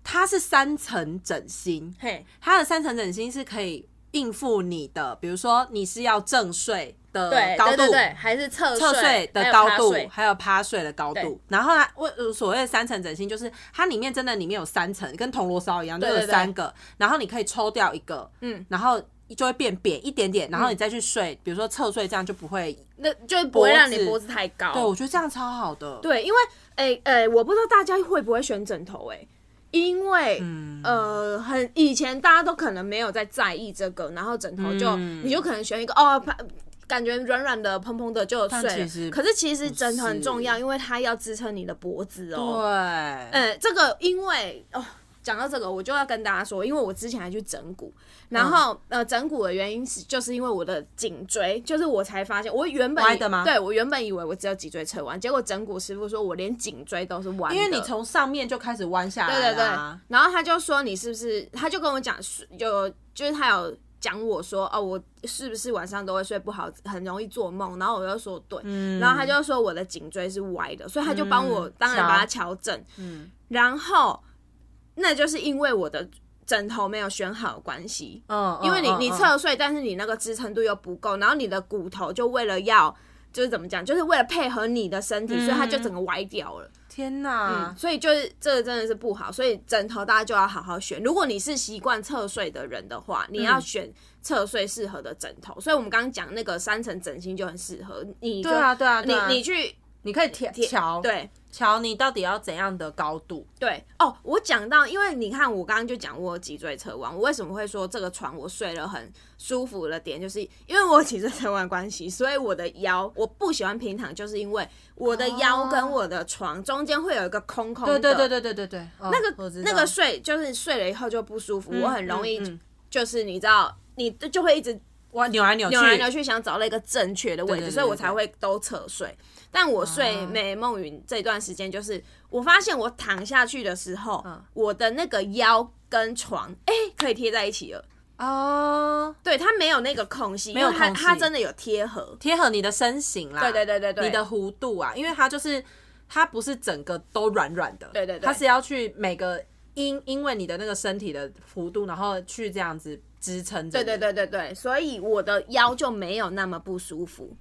[SPEAKER 1] 它是三层枕芯，
[SPEAKER 2] 嘿，
[SPEAKER 1] 它的三层枕芯是可以应付你的，比如说你是要正睡的
[SPEAKER 2] 对
[SPEAKER 1] 高
[SPEAKER 2] 对
[SPEAKER 1] 度。
[SPEAKER 2] 对对，还是侧
[SPEAKER 1] 侧睡
[SPEAKER 2] 睡还
[SPEAKER 1] 的
[SPEAKER 2] 有
[SPEAKER 1] 高
[SPEAKER 2] 趴
[SPEAKER 1] 度，
[SPEAKER 2] 睡
[SPEAKER 1] 还有趴睡的高
[SPEAKER 2] 对
[SPEAKER 1] 度，然后它为呃所谓的三层枕芯，就是它里面真的里面有三层，跟铜锣烧一样，就
[SPEAKER 2] 对对
[SPEAKER 1] 有
[SPEAKER 2] 对
[SPEAKER 1] 三个，然后你可以抽掉一个，
[SPEAKER 2] 嗯，
[SPEAKER 1] 然后就会变扁一点点，然后你再去睡，比如说侧睡，这样就不会。
[SPEAKER 2] 那就不会让
[SPEAKER 1] 脖
[SPEAKER 2] 你
[SPEAKER 1] 子
[SPEAKER 2] 脖子太高。
[SPEAKER 1] 对，我觉得这样超好的。，
[SPEAKER 2] 对，因为诶诶、我不知道大家会不会选枕头诶、因为、
[SPEAKER 1] 嗯
[SPEAKER 2] 呃，很以前大家都可能没有在在意这个，然后枕头就、
[SPEAKER 1] 嗯
[SPEAKER 2] 你就可能选一个哦，啪感觉软软的、蓬蓬的就睡
[SPEAKER 1] 但其
[SPEAKER 2] 了。
[SPEAKER 1] 实
[SPEAKER 2] 可是其实枕头很重要，
[SPEAKER 1] 不
[SPEAKER 2] 因为它要支撑你的脖子哦、
[SPEAKER 1] 对，
[SPEAKER 2] 呃，这个因为哦，讲到这个，我就要跟大家说，因为我之前还去整骨，
[SPEAKER 1] 嗯
[SPEAKER 2] 然后、呃，整骨的原因是就是因为我的颈椎，就是我才发现，我原本以
[SPEAKER 1] 歪的吗
[SPEAKER 2] 对我原本以为我只有脊椎侧弯，结果整骨师傅说我连颈椎都是弯的，
[SPEAKER 1] 因为你从上面就开始弯下来啊
[SPEAKER 2] 对对对
[SPEAKER 1] 啦，
[SPEAKER 2] 然后他就说你是不是，他就跟我讲是有，就是他有讲我说哦，我是不是晚上都会睡不好，很容易做梦，然后我就说对，然后他就说我的颈椎是歪的，所以他就帮我、
[SPEAKER 1] 嗯
[SPEAKER 2] 当然把它调整，
[SPEAKER 1] 嗯
[SPEAKER 2] 然后那就是因为我的枕头没有选好的关系，
[SPEAKER 1] 嗯，
[SPEAKER 2] 因为你
[SPEAKER 1] 嗯
[SPEAKER 2] 你
[SPEAKER 1] 嗯
[SPEAKER 2] 侧睡，但是你那个支撑度又不够，然后你的骨头就为了要就是怎么讲，就是为了配合你的身
[SPEAKER 1] 嗯
[SPEAKER 2] 体，所以它就整个歪掉了。
[SPEAKER 1] 天哪
[SPEAKER 2] 嗯，，所以就是这个真的是不好，所以枕头大家就要好好选。如果你是习惯侧睡的人的话，你
[SPEAKER 1] 嗯
[SPEAKER 2] 要选侧睡适合的枕头。所以我们刚刚讲那个三层枕芯就很适合你就。
[SPEAKER 1] 对啊对啊对啊
[SPEAKER 2] 你你去
[SPEAKER 1] 你可以调调
[SPEAKER 2] 对
[SPEAKER 1] 调你到底要怎样的高度？
[SPEAKER 2] 对哦，我讲到，因为你看我刚刚就讲我有脊椎侧弯，我为什么会说这个床我睡了很舒服的点，就是因为我有脊椎侧弯的关系，所以我的腰我不喜欢平躺，就是因为我的腰跟我的床中间会有一个空空的，
[SPEAKER 1] 哦对对对对对对对，那
[SPEAKER 2] 那个那个睡就是睡了以后就不舒服，我很容易
[SPEAKER 1] 嗯嗯
[SPEAKER 2] 就是你知道，你就会一直
[SPEAKER 1] 哇扭来扭去
[SPEAKER 2] 扭来扭去，想找到一个正确的位置，
[SPEAKER 1] 对对对
[SPEAKER 2] 所以我才会都侧睡。但我睡
[SPEAKER 1] 啊
[SPEAKER 2] 美梦云这段时间，就是我发现我躺下去的时候，
[SPEAKER 1] 嗯
[SPEAKER 2] 我的那个腰跟床哎、可以贴在一起了，
[SPEAKER 1] 哦，
[SPEAKER 2] 对，它没有那个空隙，因
[SPEAKER 1] 有
[SPEAKER 2] 为它
[SPEAKER 1] 空隙
[SPEAKER 2] 它真的有贴合，
[SPEAKER 1] 贴合你的身形啦，
[SPEAKER 2] 对对对对对，
[SPEAKER 1] 你的弧度啊，因为它就是它不是整个都软软的，
[SPEAKER 2] 对对对
[SPEAKER 1] 它是要去每个因因为你的那个身体的弧度，然后去这样子支撑着
[SPEAKER 2] 对
[SPEAKER 1] 你，
[SPEAKER 2] 对对对对，所以我的腰就没有那么不舒服。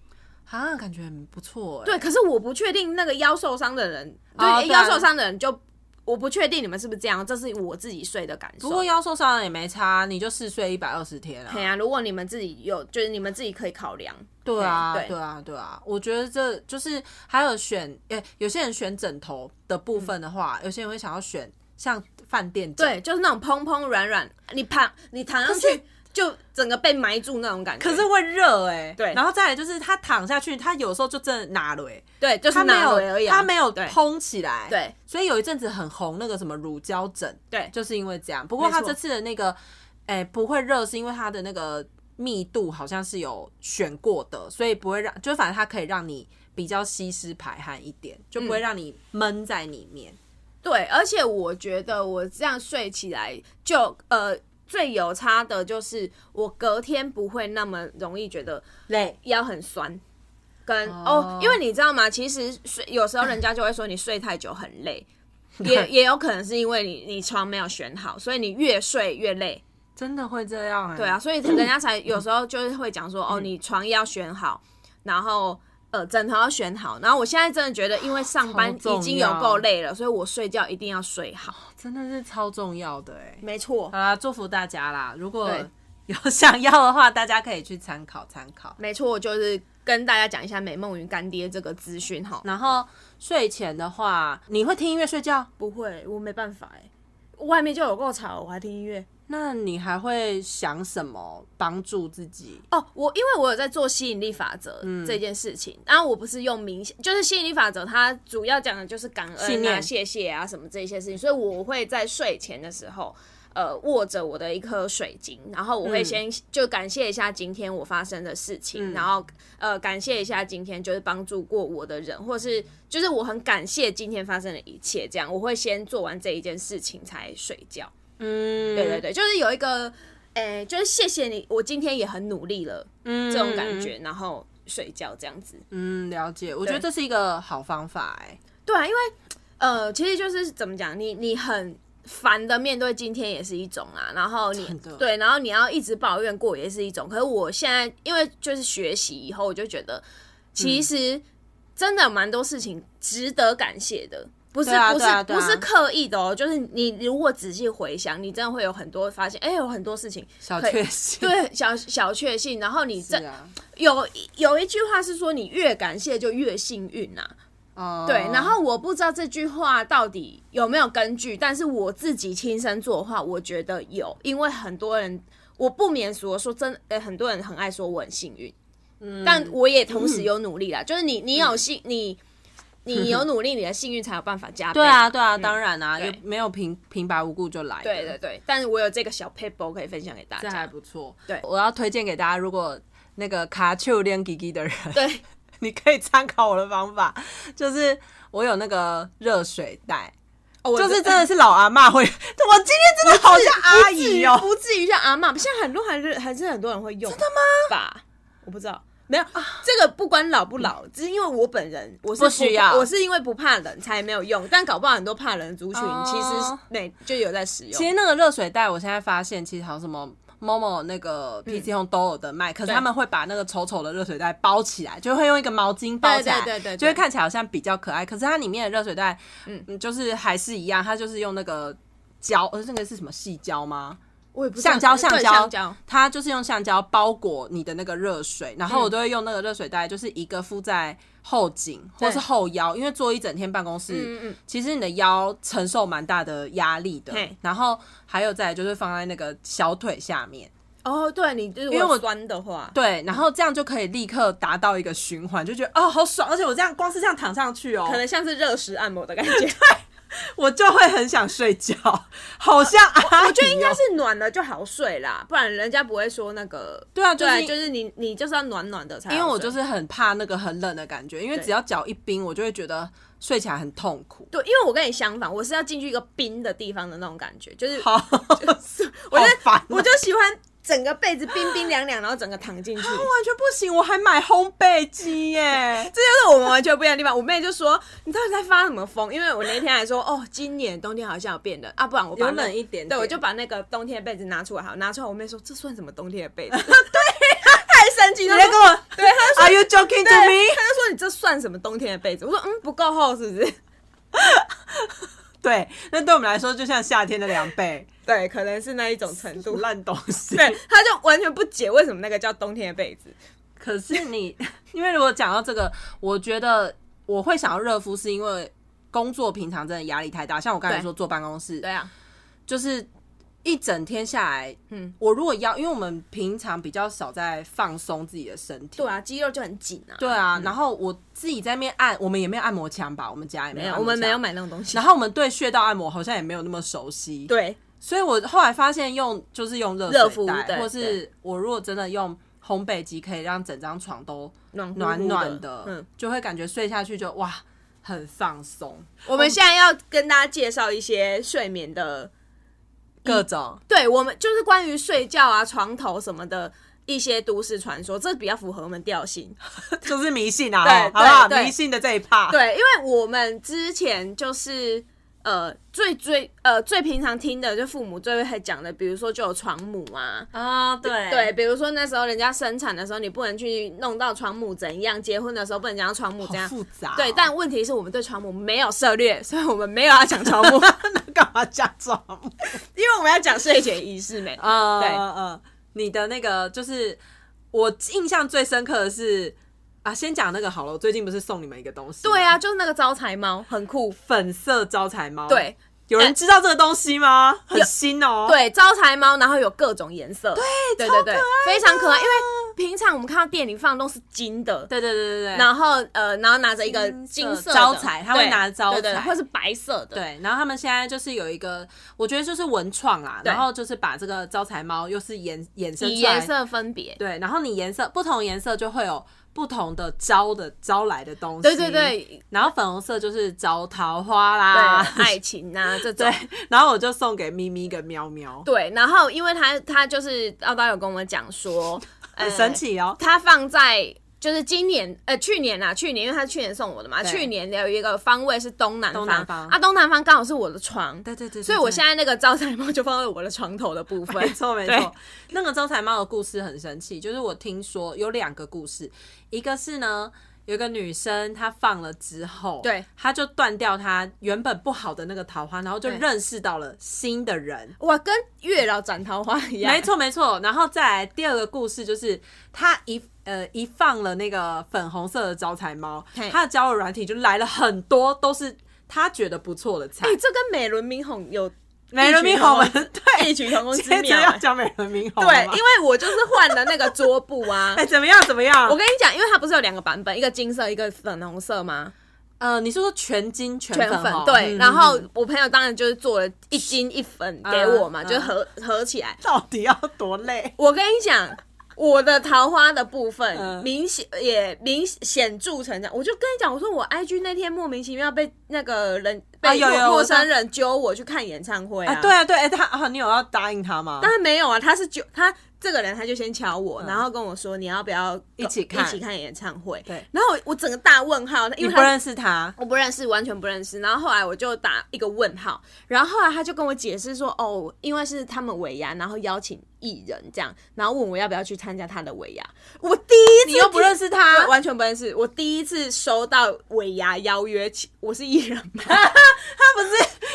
[SPEAKER 1] 啊，感觉很不错欸，
[SPEAKER 2] 对，可是我不确定那个腰受伤的人，
[SPEAKER 1] 哦
[SPEAKER 2] 对
[SPEAKER 1] 对啊
[SPEAKER 2] 腰受伤的人就我不确定你们是不是这样，这是我自己睡的感受。
[SPEAKER 1] 不过腰受伤了也没差，你就试睡一百二十天啊
[SPEAKER 2] 对。啊，如果你们自己有，就是你们自己可以考量。
[SPEAKER 1] 对啊，
[SPEAKER 2] 对
[SPEAKER 1] 对啊，对啊，我觉得这就是还有选，诶、有些人选枕头的部分的话，有些人会想要选像饭店枕，
[SPEAKER 2] 嗯对，就是那种蓬蓬软软，你躺你躺上去就整个被埋住那种感觉。
[SPEAKER 1] 可是会热哎、
[SPEAKER 2] 对
[SPEAKER 1] 然后再来就是他躺下去，他有时候就真的哪了、欸，
[SPEAKER 2] 对，就是
[SPEAKER 1] 他没
[SPEAKER 2] 哪围而已
[SPEAKER 1] 有
[SPEAKER 2] 啊、
[SPEAKER 1] 他没有
[SPEAKER 2] 对
[SPEAKER 1] 蓬起来，
[SPEAKER 2] 对，
[SPEAKER 1] 所以有一阵子很红那个什么乳胶枕，
[SPEAKER 2] 对
[SPEAKER 1] 就是因为这样。不过他
[SPEAKER 2] 没错
[SPEAKER 1] 这次的那个，哎、不会热是因为它的那个密度好像是有选过的，所以不会让，就反正它可以让你比较吸湿排汗一点，就不会让你闷在里面。
[SPEAKER 2] 对，而且我觉得我这样睡起来就呃最有差的就是我隔天不会那么容易觉得
[SPEAKER 1] 累，
[SPEAKER 2] 腰很酸，跟哦
[SPEAKER 1] 哦
[SPEAKER 2] 因为你知道吗？其实睡有时候人家就会说你睡太久很 累，也也有可能是因为你你床没有选好，所以你越睡越累。
[SPEAKER 1] 真的会这样哎、
[SPEAKER 2] 对啊，，所以人家才有时候就是会讲 说哦，你床要选好，然后呃枕头要选好。然后我现在真的觉得，因为上班
[SPEAKER 1] 好重
[SPEAKER 2] 已经有够累了，所以我睡觉一定要睡好。
[SPEAKER 1] 真的是超重要的哎、
[SPEAKER 2] 没错
[SPEAKER 1] 好，啦，祝福大家啦！如果
[SPEAKER 2] 对
[SPEAKER 1] 有想要的话，大家可以去参考参考。
[SPEAKER 2] 没错，就是跟大家讲一下美梦云干爹这个资讯哈。
[SPEAKER 1] 然后睡前的话，你会听音乐睡觉？
[SPEAKER 2] 不会，我没办法哎、外面就有够吵，我还听音乐。
[SPEAKER 1] 那你还会想什么帮助自己？
[SPEAKER 2] 哦，我因为我有在做吸引力法则
[SPEAKER 1] 嗯
[SPEAKER 2] 这件事情，然后我不是用冥想，就是吸引力法则，它主要讲的就是感
[SPEAKER 1] 信
[SPEAKER 2] 恩啊、
[SPEAKER 1] 念
[SPEAKER 2] 谢谢啊什么这些事情，所以我会在睡前的时候。呃，握着我的一颗水晶，然后我
[SPEAKER 1] 嗯
[SPEAKER 2] 会先就感谢一下今天我发生的事情，然后呃感谢一下今天就是帮助过我的人，或是就是我很感谢今天发生的一切，这样我会先做完这一件事情才睡觉。
[SPEAKER 1] 嗯，
[SPEAKER 2] 对对对，就是有一个，诶、就是谢谢你，我今天也很努力了，嗯，这种感觉，然后睡觉这样子。
[SPEAKER 1] 嗯，了解。我觉得这是一个好方法、哎，
[SPEAKER 2] 对啊，因为呃，其实就是怎么讲，你你很烦的面对今天也是一种啊，然后你
[SPEAKER 1] 真的
[SPEAKER 2] 对，然后你要一直抱怨过也是一种。可是我现在因为就是学习以
[SPEAKER 1] 嗯
[SPEAKER 2] 后，我就觉得其实真的蛮多事情值得感谢的。不是
[SPEAKER 1] 对啊
[SPEAKER 2] 不是
[SPEAKER 1] 对啊对啊
[SPEAKER 2] 不是刻意的哦，就是你如果仔细回想，你真的会有很多发现，哎、有很多事情
[SPEAKER 1] 小
[SPEAKER 2] 可以
[SPEAKER 1] 确幸。
[SPEAKER 2] 对小小确幸，然后你这、
[SPEAKER 1] 是啊，
[SPEAKER 2] 有有一句话是说，你越感谢就越幸运呐、
[SPEAKER 1] 哦
[SPEAKER 2] 对，然后我不知道这句话到底有没有根据，但是我自己亲身做的话，我觉得有，因为很多人，我不免俗地说真的，呃很多人很爱说我很幸运，
[SPEAKER 1] 嗯
[SPEAKER 2] 但我也同时有努力啦，就是你你有幸你。你有努力，你的幸运才有办法加倍。
[SPEAKER 1] 对啊，对啊，当然啊，
[SPEAKER 2] 嗯对
[SPEAKER 1] 也没有平平白无故就来了。
[SPEAKER 2] 对对对。但是我有这个小 paper 可以分享给大
[SPEAKER 1] 这还
[SPEAKER 2] 家。
[SPEAKER 1] 不错。
[SPEAKER 2] 对
[SPEAKER 1] 我要推荐给大家，如果那个卡丘练吉吉的人，
[SPEAKER 2] 对，
[SPEAKER 1] 你可以参考我的方法，就是我有那个热水袋，
[SPEAKER 2] 哦我
[SPEAKER 1] 就是真的是老阿嬷会，我今 天真的好像阿姨哦、
[SPEAKER 2] 不至于像阿嬷，现在很多还是还是很多人会用，真的吗？啊吧，我不知道，没有、这个不管老不老，只是因为我本人我是
[SPEAKER 1] 不需要
[SPEAKER 2] 我是因为不怕冷才没有用，但搞不好很多怕冷的族群
[SPEAKER 1] 哦
[SPEAKER 2] 其实每就有在使
[SPEAKER 1] 其
[SPEAKER 2] 用。
[SPEAKER 1] 实那个热水袋，我现在发现其实好像什么。Momo 那个 PC 用都有的卖，可是
[SPEAKER 2] 嗯对
[SPEAKER 1] 他们会把那个丑丑的热水袋包起来，就会用一个毛巾包起来，
[SPEAKER 2] 对对对对对
[SPEAKER 1] 就会看起来好像比较可爱。可是它里面的热水袋，嗯，就是还是一样，它就是用那个胶，呃，那个是什么细胶吗？
[SPEAKER 2] 我也不知道嗯
[SPEAKER 1] 橡胶，
[SPEAKER 2] 对橡
[SPEAKER 1] 胶，
[SPEAKER 2] 胶，
[SPEAKER 1] 它就是用橡胶包裹你的那个热水，然后我都会用那个热水袋，就是一个敷在后颈或是后腰，因为坐一整天办公
[SPEAKER 2] 嗯
[SPEAKER 1] 室，
[SPEAKER 2] 嗯，
[SPEAKER 1] 其实你的腰承受蛮大的压力的
[SPEAKER 2] 嘿。
[SPEAKER 1] 然后还有再来就是放在那个小腿下面，
[SPEAKER 2] 哦，对你因
[SPEAKER 1] 因为我
[SPEAKER 2] 酸的话，
[SPEAKER 1] 对，然后这样就可以立刻达到一个循环，就觉得哦好爽，而且我这样光是这样躺上去哦，
[SPEAKER 2] 可能像是热石按摩的感 觉，
[SPEAKER 1] 我就会很想睡觉，好像阿姨哦、
[SPEAKER 2] 我觉得 应该是暖了就好睡啦，不然人家不会说那个。
[SPEAKER 1] 对 啊，就
[SPEAKER 2] 对
[SPEAKER 1] 是啊
[SPEAKER 2] 啊，就是你，你就是要暖暖的才好睡。
[SPEAKER 1] 因为我就是很怕那个很冷的感觉，因为
[SPEAKER 2] 对
[SPEAKER 1] 只要脚一冰，我就会觉得睡起来很痛苦。
[SPEAKER 2] 对，因为我跟你相反，我是要进去一个冰的地方的那种感觉，就是
[SPEAKER 1] 好， 我
[SPEAKER 2] 我就
[SPEAKER 1] 烦啊，
[SPEAKER 2] 我就喜欢整个被子冰冰凉凉，然后整个躺进 去。
[SPEAKER 1] 完全不行，我还买烘焙机耶。
[SPEAKER 2] 这就是我们完全不一样的地方。我妹就说：“你到底在发什么疯？”因为我那天还说：“哦，今年冬天好像有变冷啊，不然我把
[SPEAKER 1] 有
[SPEAKER 2] 那
[SPEAKER 1] 冷一点点
[SPEAKER 2] 对，我就把那个冬天的被子拿出来，好拿出来。我妹说：“这算什么冬天的被子？” 对，太生气
[SPEAKER 1] 你
[SPEAKER 2] 了。
[SPEAKER 1] 在跟 我
[SPEAKER 2] 对，她就说
[SPEAKER 1] Are you joking
[SPEAKER 2] 对，她
[SPEAKER 1] to
[SPEAKER 2] 就
[SPEAKER 1] me？
[SPEAKER 2] 说：“你这算什么冬天的被子？”我说：“嗯，不够厚是不是
[SPEAKER 1] 对，那对我们来说就像夏天的凉 被，？”
[SPEAKER 2] 对，可能是那一种程度。
[SPEAKER 1] 烂东西。
[SPEAKER 2] 对，她就完全不解为什么那个叫冬天的被子。
[SPEAKER 1] 可是你，因为如果讲到这个，我觉得我会想要热敷，是因为工作平常真的压力太大，像我刚才
[SPEAKER 2] 对
[SPEAKER 1] 说坐办公室，
[SPEAKER 2] 对啊，
[SPEAKER 1] 就是一整天下来，
[SPEAKER 2] 嗯
[SPEAKER 1] 嗯，我如果要，因为我们平常比较少在放松自己的身体，
[SPEAKER 2] 对啊，肌肉就很紧啊。
[SPEAKER 1] 对啊，然后我自己在那边按，我们也没有按摩枪吧，我们家也没
[SPEAKER 2] 没
[SPEAKER 1] 有，
[SPEAKER 2] 有，我们没有。买那种东西。
[SPEAKER 1] 然后我们对穴道按摩好像也没有那么熟悉，，
[SPEAKER 2] 对，
[SPEAKER 1] 所以我后来发现用就是用热
[SPEAKER 2] 热
[SPEAKER 1] 水
[SPEAKER 2] 敷
[SPEAKER 1] 袋，
[SPEAKER 2] 对
[SPEAKER 1] 或是我如果真的用烘焙机，可以让整张床都
[SPEAKER 2] 暖
[SPEAKER 1] 暖暖的，
[SPEAKER 2] 的。嗯，
[SPEAKER 1] 就会感觉睡下去就哇很放松，
[SPEAKER 2] 我们现在要跟大家介绍一些睡眠的，
[SPEAKER 1] 各种
[SPEAKER 2] 对我们就是关于睡觉啊、床头什么的一些都市传说，这比较符合我们调性。
[SPEAKER 1] 就是迷信啊，
[SPEAKER 2] 对
[SPEAKER 1] 哦好不好？
[SPEAKER 2] 对对
[SPEAKER 1] 迷信的这一趴，
[SPEAKER 2] 对，因为我们之前就是。呃，最最呃最平常听的，就父母最会讲的，比如说就有床母啊，
[SPEAKER 1] 啊，对
[SPEAKER 2] 对，比如说那时候人家生产的时候，你不能去弄到床母怎样，结婚的时候不能讲到床母
[SPEAKER 1] 好
[SPEAKER 2] 怎样，
[SPEAKER 1] 复杂哦、
[SPEAKER 2] 对，但问题是我们对床母没有涉猎，所以我们没有要讲 床 母，
[SPEAKER 1] 干嘛假装？
[SPEAKER 2] 因为我们要讲睡前仪式美。
[SPEAKER 1] 啊，
[SPEAKER 2] 对
[SPEAKER 1] 嗯嗯，你的那个就是我印象最深刻的是啊，先讲那个好了，我最近不是送你们一个东西？
[SPEAKER 2] 对，啊，就是那个招财猫，很酷。
[SPEAKER 1] 粉色招财猫。，
[SPEAKER 2] 对
[SPEAKER 1] 有
[SPEAKER 2] 哎
[SPEAKER 1] 人知道这个东西吗？很新哦。，
[SPEAKER 2] 对，招财猫，然后有各种颜色。对对对对，非常可爱。啊因为平常我们看到店里放的都是金的，
[SPEAKER 1] 对对对对对。
[SPEAKER 2] 然后呃，然后拿着一个金
[SPEAKER 1] 金色
[SPEAKER 2] 色的
[SPEAKER 1] 招财它会
[SPEAKER 2] 对
[SPEAKER 1] 拿着招
[SPEAKER 2] 对对对
[SPEAKER 1] 财
[SPEAKER 2] 或是白色的。
[SPEAKER 1] 对，然后他们现在就是有一个，我觉得就是文创啦，
[SPEAKER 2] 对
[SPEAKER 1] 然后就是把这个招财猫又是衍衍生
[SPEAKER 2] 以
[SPEAKER 1] 出来，
[SPEAKER 2] 颜色分别。
[SPEAKER 1] 对，然后你颜色不同颜色就会有不同的招的招来的东西，
[SPEAKER 2] 对对，对
[SPEAKER 1] 然后粉红色就是招桃花
[SPEAKER 2] 对，
[SPEAKER 1] 啦，
[SPEAKER 2] 爱情啊这种
[SPEAKER 1] 对。，然后我就送给咪咪跟喵喵，
[SPEAKER 2] 对，然后因为他他就是奥巴有跟我们讲说，呃
[SPEAKER 1] 很神奇哦。
[SPEAKER 2] 它放在就是今年呃去年啊，去年因为它是去年送我的嘛，
[SPEAKER 1] 对
[SPEAKER 2] 去年有一个方位是东南方，
[SPEAKER 1] 东南方
[SPEAKER 2] 啊东南方刚好是我的床，
[SPEAKER 1] 对对对，
[SPEAKER 2] 所以我现在那个招财猫就放在我的床头的部分
[SPEAKER 1] 没，错没错。那个招财猫的故事很神奇，就是我听说有两个故事，一个是呢，有一个女生，她放了之后，
[SPEAKER 2] 对，
[SPEAKER 1] 她就断掉她原本不好的那个桃花，然后就
[SPEAKER 2] 对
[SPEAKER 1] 认识到了新的人。
[SPEAKER 2] 哇，跟月老斩桃花一样，
[SPEAKER 1] 没错没错，然后再来第二个故事就是她一呃一放了那个粉红色的招财猫
[SPEAKER 2] 嘿，
[SPEAKER 1] 她的交友软体就来了很多都是她觉得不错的菜
[SPEAKER 2] 哎、。这跟美轮明宏有
[SPEAKER 1] 美人明 红，我们
[SPEAKER 2] 异曲同工之
[SPEAKER 1] 接着
[SPEAKER 2] 妙、
[SPEAKER 1] 要
[SPEAKER 2] 哎
[SPEAKER 1] 讲美人明红了
[SPEAKER 2] 对，
[SPEAKER 1] 吗，
[SPEAKER 2] 因为我就是换了那个桌布啊
[SPEAKER 1] 哎、。怎么样怎么样？
[SPEAKER 2] 我跟你讲，因为它不是有两个版本，一个金色，一个粉红色吗？
[SPEAKER 1] 呃，你是说全金全
[SPEAKER 2] 全
[SPEAKER 1] 粉
[SPEAKER 2] 粉
[SPEAKER 1] 哦
[SPEAKER 2] 对。
[SPEAKER 1] 嗯
[SPEAKER 2] 然后
[SPEAKER 1] 嗯嗯
[SPEAKER 2] 我朋友当然就是做了一金一粉给我嘛，
[SPEAKER 1] 嗯
[SPEAKER 2] 就合合起来。
[SPEAKER 1] 到底要多累？
[SPEAKER 2] 我跟你讲，我的桃花的部分
[SPEAKER 1] 嗯
[SPEAKER 2] 明显也明显著成长。我就跟你讲，我说我 IG 那天莫名其妙被那个人
[SPEAKER 1] 啊
[SPEAKER 2] 被
[SPEAKER 1] 有有
[SPEAKER 2] 陌陌
[SPEAKER 1] 我知道
[SPEAKER 2] 生人揪我去看演唱会
[SPEAKER 1] 啊，对啊对，哎、他啊，你有要答应他吗？
[SPEAKER 2] 但他没有啊，他是就他这个人，他就先敲我，然后跟我说你要不要
[SPEAKER 1] 一起
[SPEAKER 2] 跟
[SPEAKER 1] 看
[SPEAKER 2] 嗯一起看演唱会？
[SPEAKER 1] 对
[SPEAKER 2] 然后我我整个大问号，因
[SPEAKER 1] 你
[SPEAKER 2] 为
[SPEAKER 1] 不
[SPEAKER 2] 他
[SPEAKER 1] 认识他，
[SPEAKER 2] 我不认识，完全不认识。然后后来我就打一个问号，然后后来他就跟我解释说，哦，因为是他们尾牙，然后邀请艺人这样，然后问我要不要去参加他的尾牙。我第一
[SPEAKER 1] 你
[SPEAKER 2] 次
[SPEAKER 1] 又不认识他
[SPEAKER 2] 对完全不认识。我第一次收到尾牙邀约，其我是艺人吗？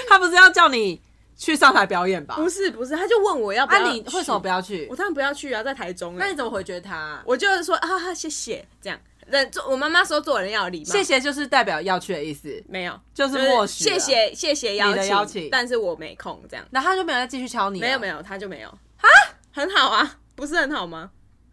[SPEAKER 1] 他不是要叫你去上台表演吧？
[SPEAKER 2] 不是不是，他就问我要不要
[SPEAKER 1] 啊，
[SPEAKER 2] 去，
[SPEAKER 1] 你为什么不要去
[SPEAKER 2] 我？当然不要去啊，在台中、欸。
[SPEAKER 1] 那你怎么回绝他、
[SPEAKER 2] 我就是说啊，哈谢谢，这样。人做我妈妈说做人要有礼貌，
[SPEAKER 1] 谢谢就是代表要去的意思，
[SPEAKER 2] 没有，
[SPEAKER 1] 就是默许
[SPEAKER 2] 谢
[SPEAKER 1] 了
[SPEAKER 2] 谢谢谢邀
[SPEAKER 1] 你的
[SPEAKER 2] 请，
[SPEAKER 1] 邀请
[SPEAKER 2] 但是我没空这样，
[SPEAKER 1] 然后他就没有再继续敲你，哦
[SPEAKER 2] 没有没
[SPEAKER 1] 有，
[SPEAKER 2] 有，他就没有啊，很好啊，不是很好吗？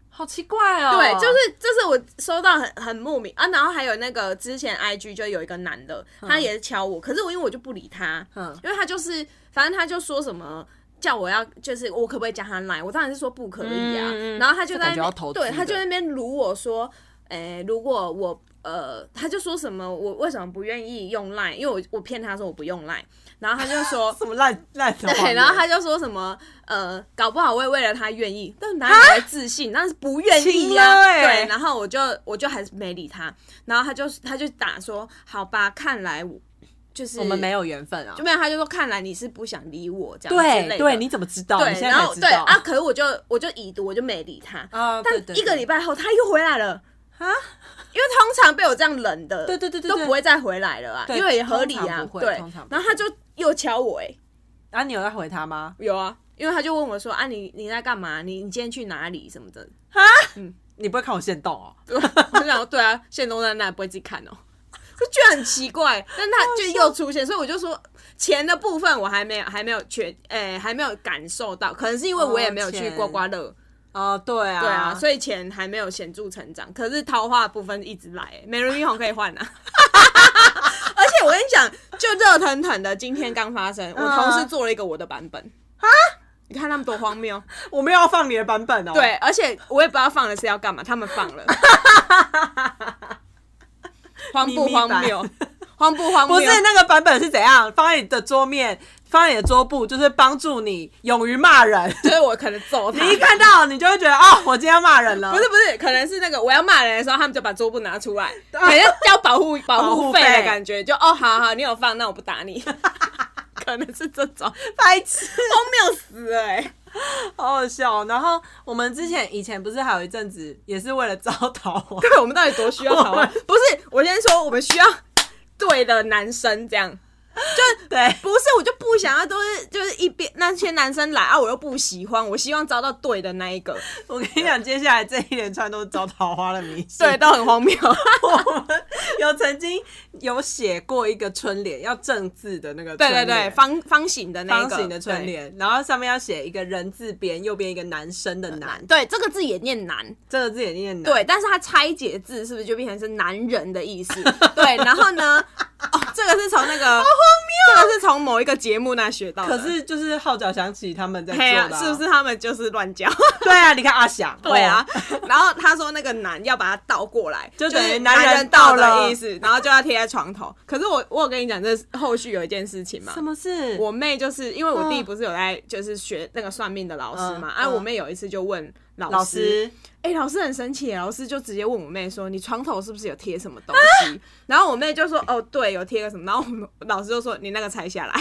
[SPEAKER 1] 好奇怪哦。
[SPEAKER 2] 对，就是这是我收到很很莫名啊，然后还有那个之前 IG 就有一个男的，他也是敲我，可是我因为我就不理他，
[SPEAKER 1] 嗯
[SPEAKER 2] 因为他就是反正他就说什么。叫我要就是我可不可以加他 line？我当然是说不可以啊。
[SPEAKER 1] 嗯嗯嗯
[SPEAKER 2] 然后他就在那
[SPEAKER 1] 这感觉要
[SPEAKER 2] 边
[SPEAKER 1] 投资
[SPEAKER 2] 对，
[SPEAKER 1] 的
[SPEAKER 2] 他就在那边撸我说，诶、如果我呃，他就说什么我为什么不愿意用 line？因为我我骗他说我不用 line，然后他就说
[SPEAKER 1] 什么烂烂的谎
[SPEAKER 2] 对，
[SPEAKER 1] 言
[SPEAKER 2] 然后他就说什么呃，搞不好我也为了他愿意，但哪里来自信？那是不愿意
[SPEAKER 1] 亲
[SPEAKER 2] 呀、
[SPEAKER 1] 了欸
[SPEAKER 2] 对，然后我就我就还是没理他，然后他就他就打说，好吧，看来我就是
[SPEAKER 1] 我们没有缘分啊
[SPEAKER 2] 就。没有，他就说看来你是不想理我这样之类
[SPEAKER 1] 对
[SPEAKER 2] 的
[SPEAKER 1] 对，你怎么知道？你
[SPEAKER 2] 对，
[SPEAKER 1] 现在
[SPEAKER 2] 然
[SPEAKER 1] 才
[SPEAKER 2] 后
[SPEAKER 1] 知
[SPEAKER 2] 对
[SPEAKER 1] 道
[SPEAKER 2] 啊，可是我就我就已读，我就没理他。
[SPEAKER 1] 啊！对
[SPEAKER 2] 但
[SPEAKER 1] 对
[SPEAKER 2] 一个
[SPEAKER 1] 对
[SPEAKER 2] 礼拜后他又回来了。
[SPEAKER 1] 啊，
[SPEAKER 2] 因为通常被我这样冷的，
[SPEAKER 1] 对对对对
[SPEAKER 2] 都
[SPEAKER 1] 对
[SPEAKER 2] 不会再回来了啊，
[SPEAKER 1] 对
[SPEAKER 2] 因为也合理
[SPEAKER 1] 通
[SPEAKER 2] 啊
[SPEAKER 1] 常，不会
[SPEAKER 2] 对
[SPEAKER 1] 通常。不
[SPEAKER 2] 然后他就又敲我、欸，
[SPEAKER 1] 啊，你有在回他吗？
[SPEAKER 2] 有啊，因为他就问我说：“啊你，你在干嘛？你你今天去哪里什么的
[SPEAKER 1] 你不会看我现动哦？”
[SPEAKER 2] 我就想说对啊，现在都在那，不会自己看哦。就觉得很奇怪，但他就又出现，所以我就说钱的部分我还没有还没有全，诶、还没有感受到，可能是因为我也没有去刮刮乐，
[SPEAKER 1] 哦，对啊，
[SPEAKER 2] 对啊，所以钱还没有显著成长。可是桃花的部分一直来、欸，美人鱼红可以换 啊。而且我跟你讲，就热腾腾的，今天刚发生，我同事做了一个我的版本嗯啊，你看他们多荒谬。
[SPEAKER 1] 我没有要放你的版本哦。
[SPEAKER 2] 对，而且我也不知道放的是要干嘛，他们放了， 荒不荒谬
[SPEAKER 1] 咪？
[SPEAKER 2] 荒不荒谬？
[SPEAKER 1] 不是那个版本是怎样？放在你的桌面，放在你的桌布，就是帮助你勇于骂人。
[SPEAKER 2] 就是我可能揍他
[SPEAKER 1] 你。一看到，你就会觉得哦，我今天要骂人了。
[SPEAKER 2] 不是不是，可能是那个我要骂人的时候，他们就把桌布拿出 来，好像交保护保
[SPEAKER 1] 保
[SPEAKER 2] 护
[SPEAKER 1] 护
[SPEAKER 2] 费
[SPEAKER 1] 费
[SPEAKER 2] 的感觉，就哦，好好，你有放，那我不打 你，可能是这种，
[SPEAKER 1] 白痴，
[SPEAKER 2] 荒谬死了欸！
[SPEAKER 1] 好好笑哦。然后我们之前以前不是还有一阵子也是为了招桃 花，
[SPEAKER 2] 对我们到底多需要台湾？不是，我先说我们需要对的男生这样。
[SPEAKER 1] 对，
[SPEAKER 2] 不是，我就不想要，都是就是一边那些男生来啊，我又不喜欢，我希望招到对的那一个，
[SPEAKER 1] 我跟你讲，接下来这一连串都是招桃花的迷信。
[SPEAKER 2] 对，，都很荒谬。
[SPEAKER 1] 我们有曾经有写过一个春联，要正字的那个
[SPEAKER 2] 对
[SPEAKER 1] 春
[SPEAKER 2] 对
[SPEAKER 1] 联，
[SPEAKER 2] 对，方方形的那一
[SPEAKER 1] 方
[SPEAKER 2] 个
[SPEAKER 1] 形的春联，然后上面要写一个人字边，右边一个男生的男
[SPEAKER 2] 对。，对，这个字也念男，
[SPEAKER 1] 这个字也念男。
[SPEAKER 2] 对，但是它拆解字是不是就变成是男人的意思？ 对，然后呢，哦，这个是从那个，好荒谬，这个是从某一个节目那学到的。
[SPEAKER 1] 可是就是号角响起，他们在做
[SPEAKER 2] 嘿啊，
[SPEAKER 1] 的啊、
[SPEAKER 2] 是不是他们就是乱教？
[SPEAKER 1] 对啊，你看阿 翔，
[SPEAKER 2] 对啊
[SPEAKER 1] 哦，
[SPEAKER 2] 然后他说那个男要把它倒过来，
[SPEAKER 1] 就等于
[SPEAKER 2] 是
[SPEAKER 1] 男人
[SPEAKER 2] 人
[SPEAKER 1] 倒
[SPEAKER 2] 倒的
[SPEAKER 1] 了
[SPEAKER 2] 意思，然后就要贴在床头。可是我我有跟你讲，这是后续有一件事情嘛
[SPEAKER 1] 什。么事？
[SPEAKER 2] 我妹就是因为我弟
[SPEAKER 1] 嗯
[SPEAKER 2] 不是有在就是学那个算命的老师嘛，
[SPEAKER 1] 嗯
[SPEAKER 2] 哎、啊，我
[SPEAKER 1] 嗯
[SPEAKER 2] 妹有一次就问老
[SPEAKER 1] 老
[SPEAKER 2] 师，
[SPEAKER 1] 师，
[SPEAKER 2] 哎、老师很生气，老师就直接问我妹说，你床头是不是有贴什么东西？ 然后我妹就说，哦，对，有贴个什么。然后我们老师就说，你那个拆下来，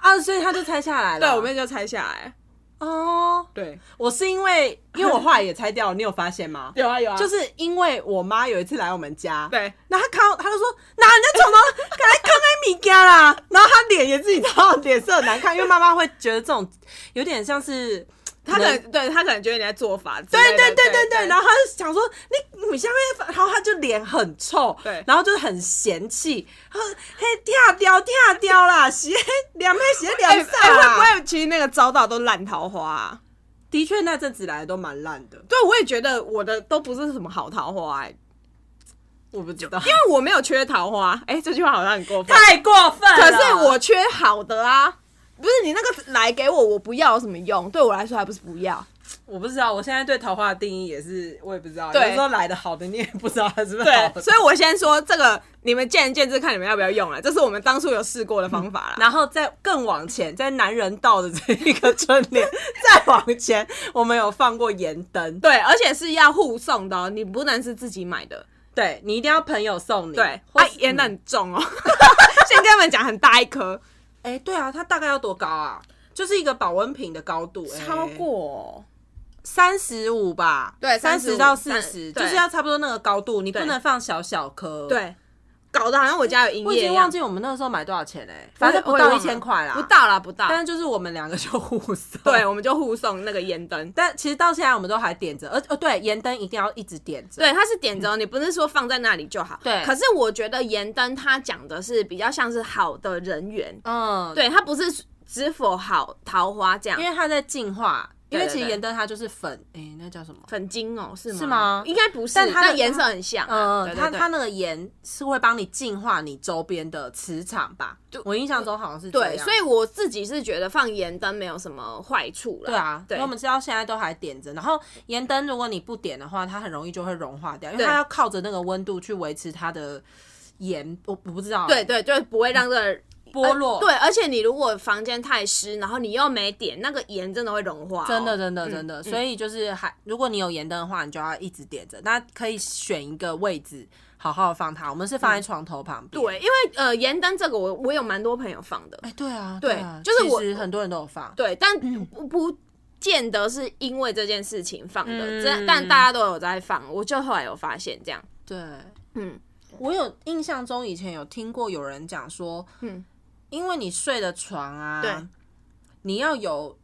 [SPEAKER 1] 啊，所以他就拆下来了。
[SPEAKER 2] 对我妹就拆下来，
[SPEAKER 1] 哦，
[SPEAKER 2] 对，
[SPEAKER 1] 我是因为因为我后来也拆掉了，你有发现吗？
[SPEAKER 2] 有啊有啊，
[SPEAKER 1] 就是因为我妈有一次来我们家，
[SPEAKER 2] 对，
[SPEAKER 1] 然后她看到，她就说拿人家床头， 赶快看开米家啦。然后她脸也自己 知道脸色很难看，因为妈妈会觉得这种有点像是
[SPEAKER 2] 他可能对他可能觉得你在做法之类
[SPEAKER 1] 对
[SPEAKER 2] 的，
[SPEAKER 1] 对对对对，
[SPEAKER 2] 对，
[SPEAKER 1] 然后他就想说你你下面，然后他就脸很臭，
[SPEAKER 2] 对
[SPEAKER 1] 然后就是很嫌弃，他说嘿跳掉跳掉 啦，鞋两妹鞋
[SPEAKER 2] 哎
[SPEAKER 1] 两
[SPEAKER 2] 哎
[SPEAKER 1] 上
[SPEAKER 2] 会不
[SPEAKER 1] 啦。
[SPEAKER 2] 会其实那个遭到都烂桃花啊？
[SPEAKER 1] 的确那阵子来的都蛮烂的，
[SPEAKER 2] 对，我也觉得我的都不是什么好桃花、欸，
[SPEAKER 1] 我不知道，
[SPEAKER 2] 因为我没有缺桃花。哎、这句话好像很过 分。
[SPEAKER 1] 太过分
[SPEAKER 2] 可
[SPEAKER 1] 了。
[SPEAKER 2] 是我缺好的啊，不是你那个来给我，我不要有什么用？对我来说还不是不要。
[SPEAKER 1] 我不知道，我现在对桃花的定义也是我也不知道，
[SPEAKER 2] 对
[SPEAKER 1] 有时候来的好的你也不知道它是不是好
[SPEAKER 2] 对，
[SPEAKER 1] 的。
[SPEAKER 2] 所以我先说这个，你们见仁见智，看你们要不要用了。这是我们当初有试过的方法啦。
[SPEAKER 1] 然后再更往前，在男人道的这一个春 联，再往前，我们有放过盐灯，
[SPEAKER 2] 对，而且是要互送的、哦，你不能是自己买的。
[SPEAKER 1] 对你一定要朋友送你，
[SPEAKER 2] 对，
[SPEAKER 1] 或
[SPEAKER 2] 啊
[SPEAKER 1] 是，嗯
[SPEAKER 2] 烟弹很重哦， 先跟你们讲，很大一颗，
[SPEAKER 1] 哎、对啊，它大概要多高啊？就是一个保温瓶的高度，哎哦
[SPEAKER 2] 过
[SPEAKER 1] 三十五吧？
[SPEAKER 2] 对
[SPEAKER 1] 三
[SPEAKER 2] 35
[SPEAKER 1] 十到四十，
[SPEAKER 2] 30
[SPEAKER 1] 就是要差不多那个高度，你不能放小小颗。，
[SPEAKER 2] 对，搞得好像我家有营
[SPEAKER 1] 我已
[SPEAKER 2] 业
[SPEAKER 1] 经
[SPEAKER 2] 一
[SPEAKER 1] 忘
[SPEAKER 2] 样，
[SPEAKER 1] 记我们那个时候买多少钱嘞、
[SPEAKER 2] 我也
[SPEAKER 1] 反正不
[SPEAKER 2] 我也忘
[SPEAKER 1] 到
[SPEAKER 2] 了
[SPEAKER 1] 一千块啦，
[SPEAKER 2] 不。到啦，不到，
[SPEAKER 1] 但是就是我们两个就互送。
[SPEAKER 2] 对，，我们就互送那个烟灯。
[SPEAKER 1] 但其实到现在我们都还点着，而哦对，盐灯一定要一直点着。
[SPEAKER 2] 对，它是点着，你不是说放在那里就好。
[SPEAKER 1] 对
[SPEAKER 2] 可是我觉得盐灯它讲的是比较像是好的人缘，
[SPEAKER 1] 嗯，
[SPEAKER 2] 对，它不是知否好桃花这样
[SPEAKER 1] 因。为它在进化，因为
[SPEAKER 2] 对对
[SPEAKER 1] 其实
[SPEAKER 2] 对
[SPEAKER 1] 盐灯它就是粉，哎、那叫什么？
[SPEAKER 2] 粉晶哦，是吗？
[SPEAKER 1] 是吗
[SPEAKER 2] 应该不是，
[SPEAKER 1] 但它的
[SPEAKER 2] 但颜色很像
[SPEAKER 1] 嗯，
[SPEAKER 2] 啊。对
[SPEAKER 1] 它
[SPEAKER 2] 对
[SPEAKER 1] 它
[SPEAKER 2] 对，
[SPEAKER 1] 那个盐是会帮你净化你周边的磁场吧？我印象中好像是这
[SPEAKER 2] 对，啊
[SPEAKER 1] 样
[SPEAKER 2] 所以我自己是觉得放盐灯没有什么坏处啦。
[SPEAKER 1] 对啊，因
[SPEAKER 2] 对
[SPEAKER 1] 为我们知道现在都还点着，然后盐灯如果你不点的话，它很容易就会融化掉，因为
[SPEAKER 2] 对
[SPEAKER 1] 它要靠着那个温度去维持它的盐，我我不知道、
[SPEAKER 2] 对，对，就是不会让这个
[SPEAKER 1] 剥落，
[SPEAKER 2] 对，而且你如果房间太湿，然后你又没点，那个盐真的会融化哦、
[SPEAKER 1] 真的，真的，真
[SPEAKER 2] 嗯
[SPEAKER 1] 的。所以就是还，如果你有盐灯的话，你就要一直点着。那可以选一个位置，好好地放它。我们是放在床头旁边。
[SPEAKER 2] 嗯对，，因为呃，盐灯这个我我有蛮多朋友放的，
[SPEAKER 1] 哎，对啊，
[SPEAKER 2] 对
[SPEAKER 1] 啊
[SPEAKER 2] 就是我
[SPEAKER 1] 其实很多人都有放。
[SPEAKER 2] 对，但
[SPEAKER 1] 嗯
[SPEAKER 2] 不不见得是因为这件事情放的，
[SPEAKER 1] 嗯
[SPEAKER 2] 这、但大家都有在放，我就后来有发现这样，
[SPEAKER 1] 对，
[SPEAKER 2] 嗯，
[SPEAKER 1] 我有印象中以前有听过有人讲说，
[SPEAKER 2] 嗯，
[SPEAKER 1] 因为你睡的床啊，
[SPEAKER 2] 对，
[SPEAKER 1] 你要有，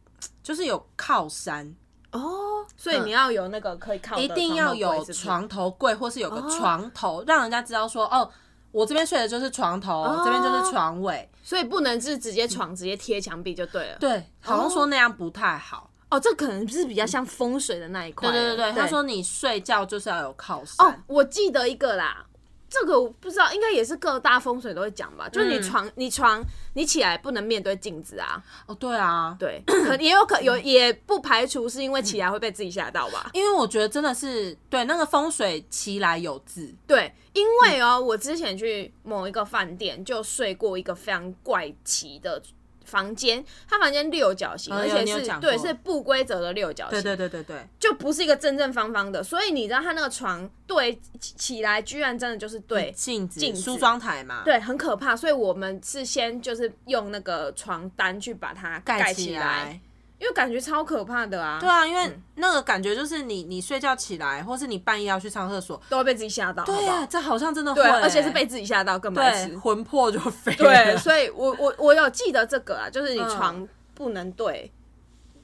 [SPEAKER 1] 就是有靠山，
[SPEAKER 2] 哦，所以
[SPEAKER 1] 嗯
[SPEAKER 2] 你要有那个可以靠的
[SPEAKER 1] 一定
[SPEAKER 2] 头
[SPEAKER 1] 要
[SPEAKER 2] 柜
[SPEAKER 1] 有
[SPEAKER 2] 是不是，
[SPEAKER 1] 床头柜，或是有个
[SPEAKER 2] 哦
[SPEAKER 1] 床头，让人家知道说，哦，我这边睡的就是床头，
[SPEAKER 2] 哦
[SPEAKER 1] 这边就是床尾。
[SPEAKER 2] 所以不能是直接床直接贴墙壁就对了。
[SPEAKER 1] 对，好像说那样不太好。
[SPEAKER 2] 哦，这可能是比较像风水的那一块
[SPEAKER 1] 对
[SPEAKER 2] 了。
[SPEAKER 1] 对对对，他说你睡觉就是要有靠山。
[SPEAKER 2] 哦，我记得一个啦，这个我不知道，应该也是各大风水都会讲吧，就是你
[SPEAKER 1] 嗯
[SPEAKER 2] 床、你床你起来不能面对镜子啊，
[SPEAKER 1] 哦，对啊，
[SPEAKER 2] 对，可也有可有也不排除是因为起来会被自己吓到吧。
[SPEAKER 1] 因为我觉得真的是对那个风水其来有自，
[SPEAKER 2] 对，因为哦，我之前去某一个饭店就睡过一个非常怪奇的房间，它房间六角形，
[SPEAKER 1] 嗯
[SPEAKER 2] 而
[SPEAKER 1] 有
[SPEAKER 2] 且
[SPEAKER 1] 你有
[SPEAKER 2] 是
[SPEAKER 1] 讲
[SPEAKER 2] 对
[SPEAKER 1] 过
[SPEAKER 2] 是不规则的六角形，
[SPEAKER 1] 对对对对对，
[SPEAKER 2] 就不是一个正正方方的，所以你知道它那个床对起起来居然真的就是对，
[SPEAKER 1] 镜子、
[SPEAKER 2] 镜子
[SPEAKER 1] 梳妆台嘛，，
[SPEAKER 2] 对，很可怕。所以我们是先就是用那个床单去把它
[SPEAKER 1] 盖
[SPEAKER 2] 起
[SPEAKER 1] 来。
[SPEAKER 2] 因为感觉超可怕的啊，
[SPEAKER 1] 对啊，因为那个感觉就是你你睡觉起来，或是你半夜要去上厕所，
[SPEAKER 2] 都会被自己吓到，好
[SPEAKER 1] 对啊
[SPEAKER 2] 不
[SPEAKER 1] 呀、
[SPEAKER 2] 好？
[SPEAKER 1] 这好像真的会、欸
[SPEAKER 2] 对，而且是被自己吓到，更白
[SPEAKER 1] 对
[SPEAKER 2] 痴。
[SPEAKER 1] 魂魄就飞了。
[SPEAKER 2] 对，所以我我我有记得这个啊，就是你
[SPEAKER 1] 嗯
[SPEAKER 2] 床不能对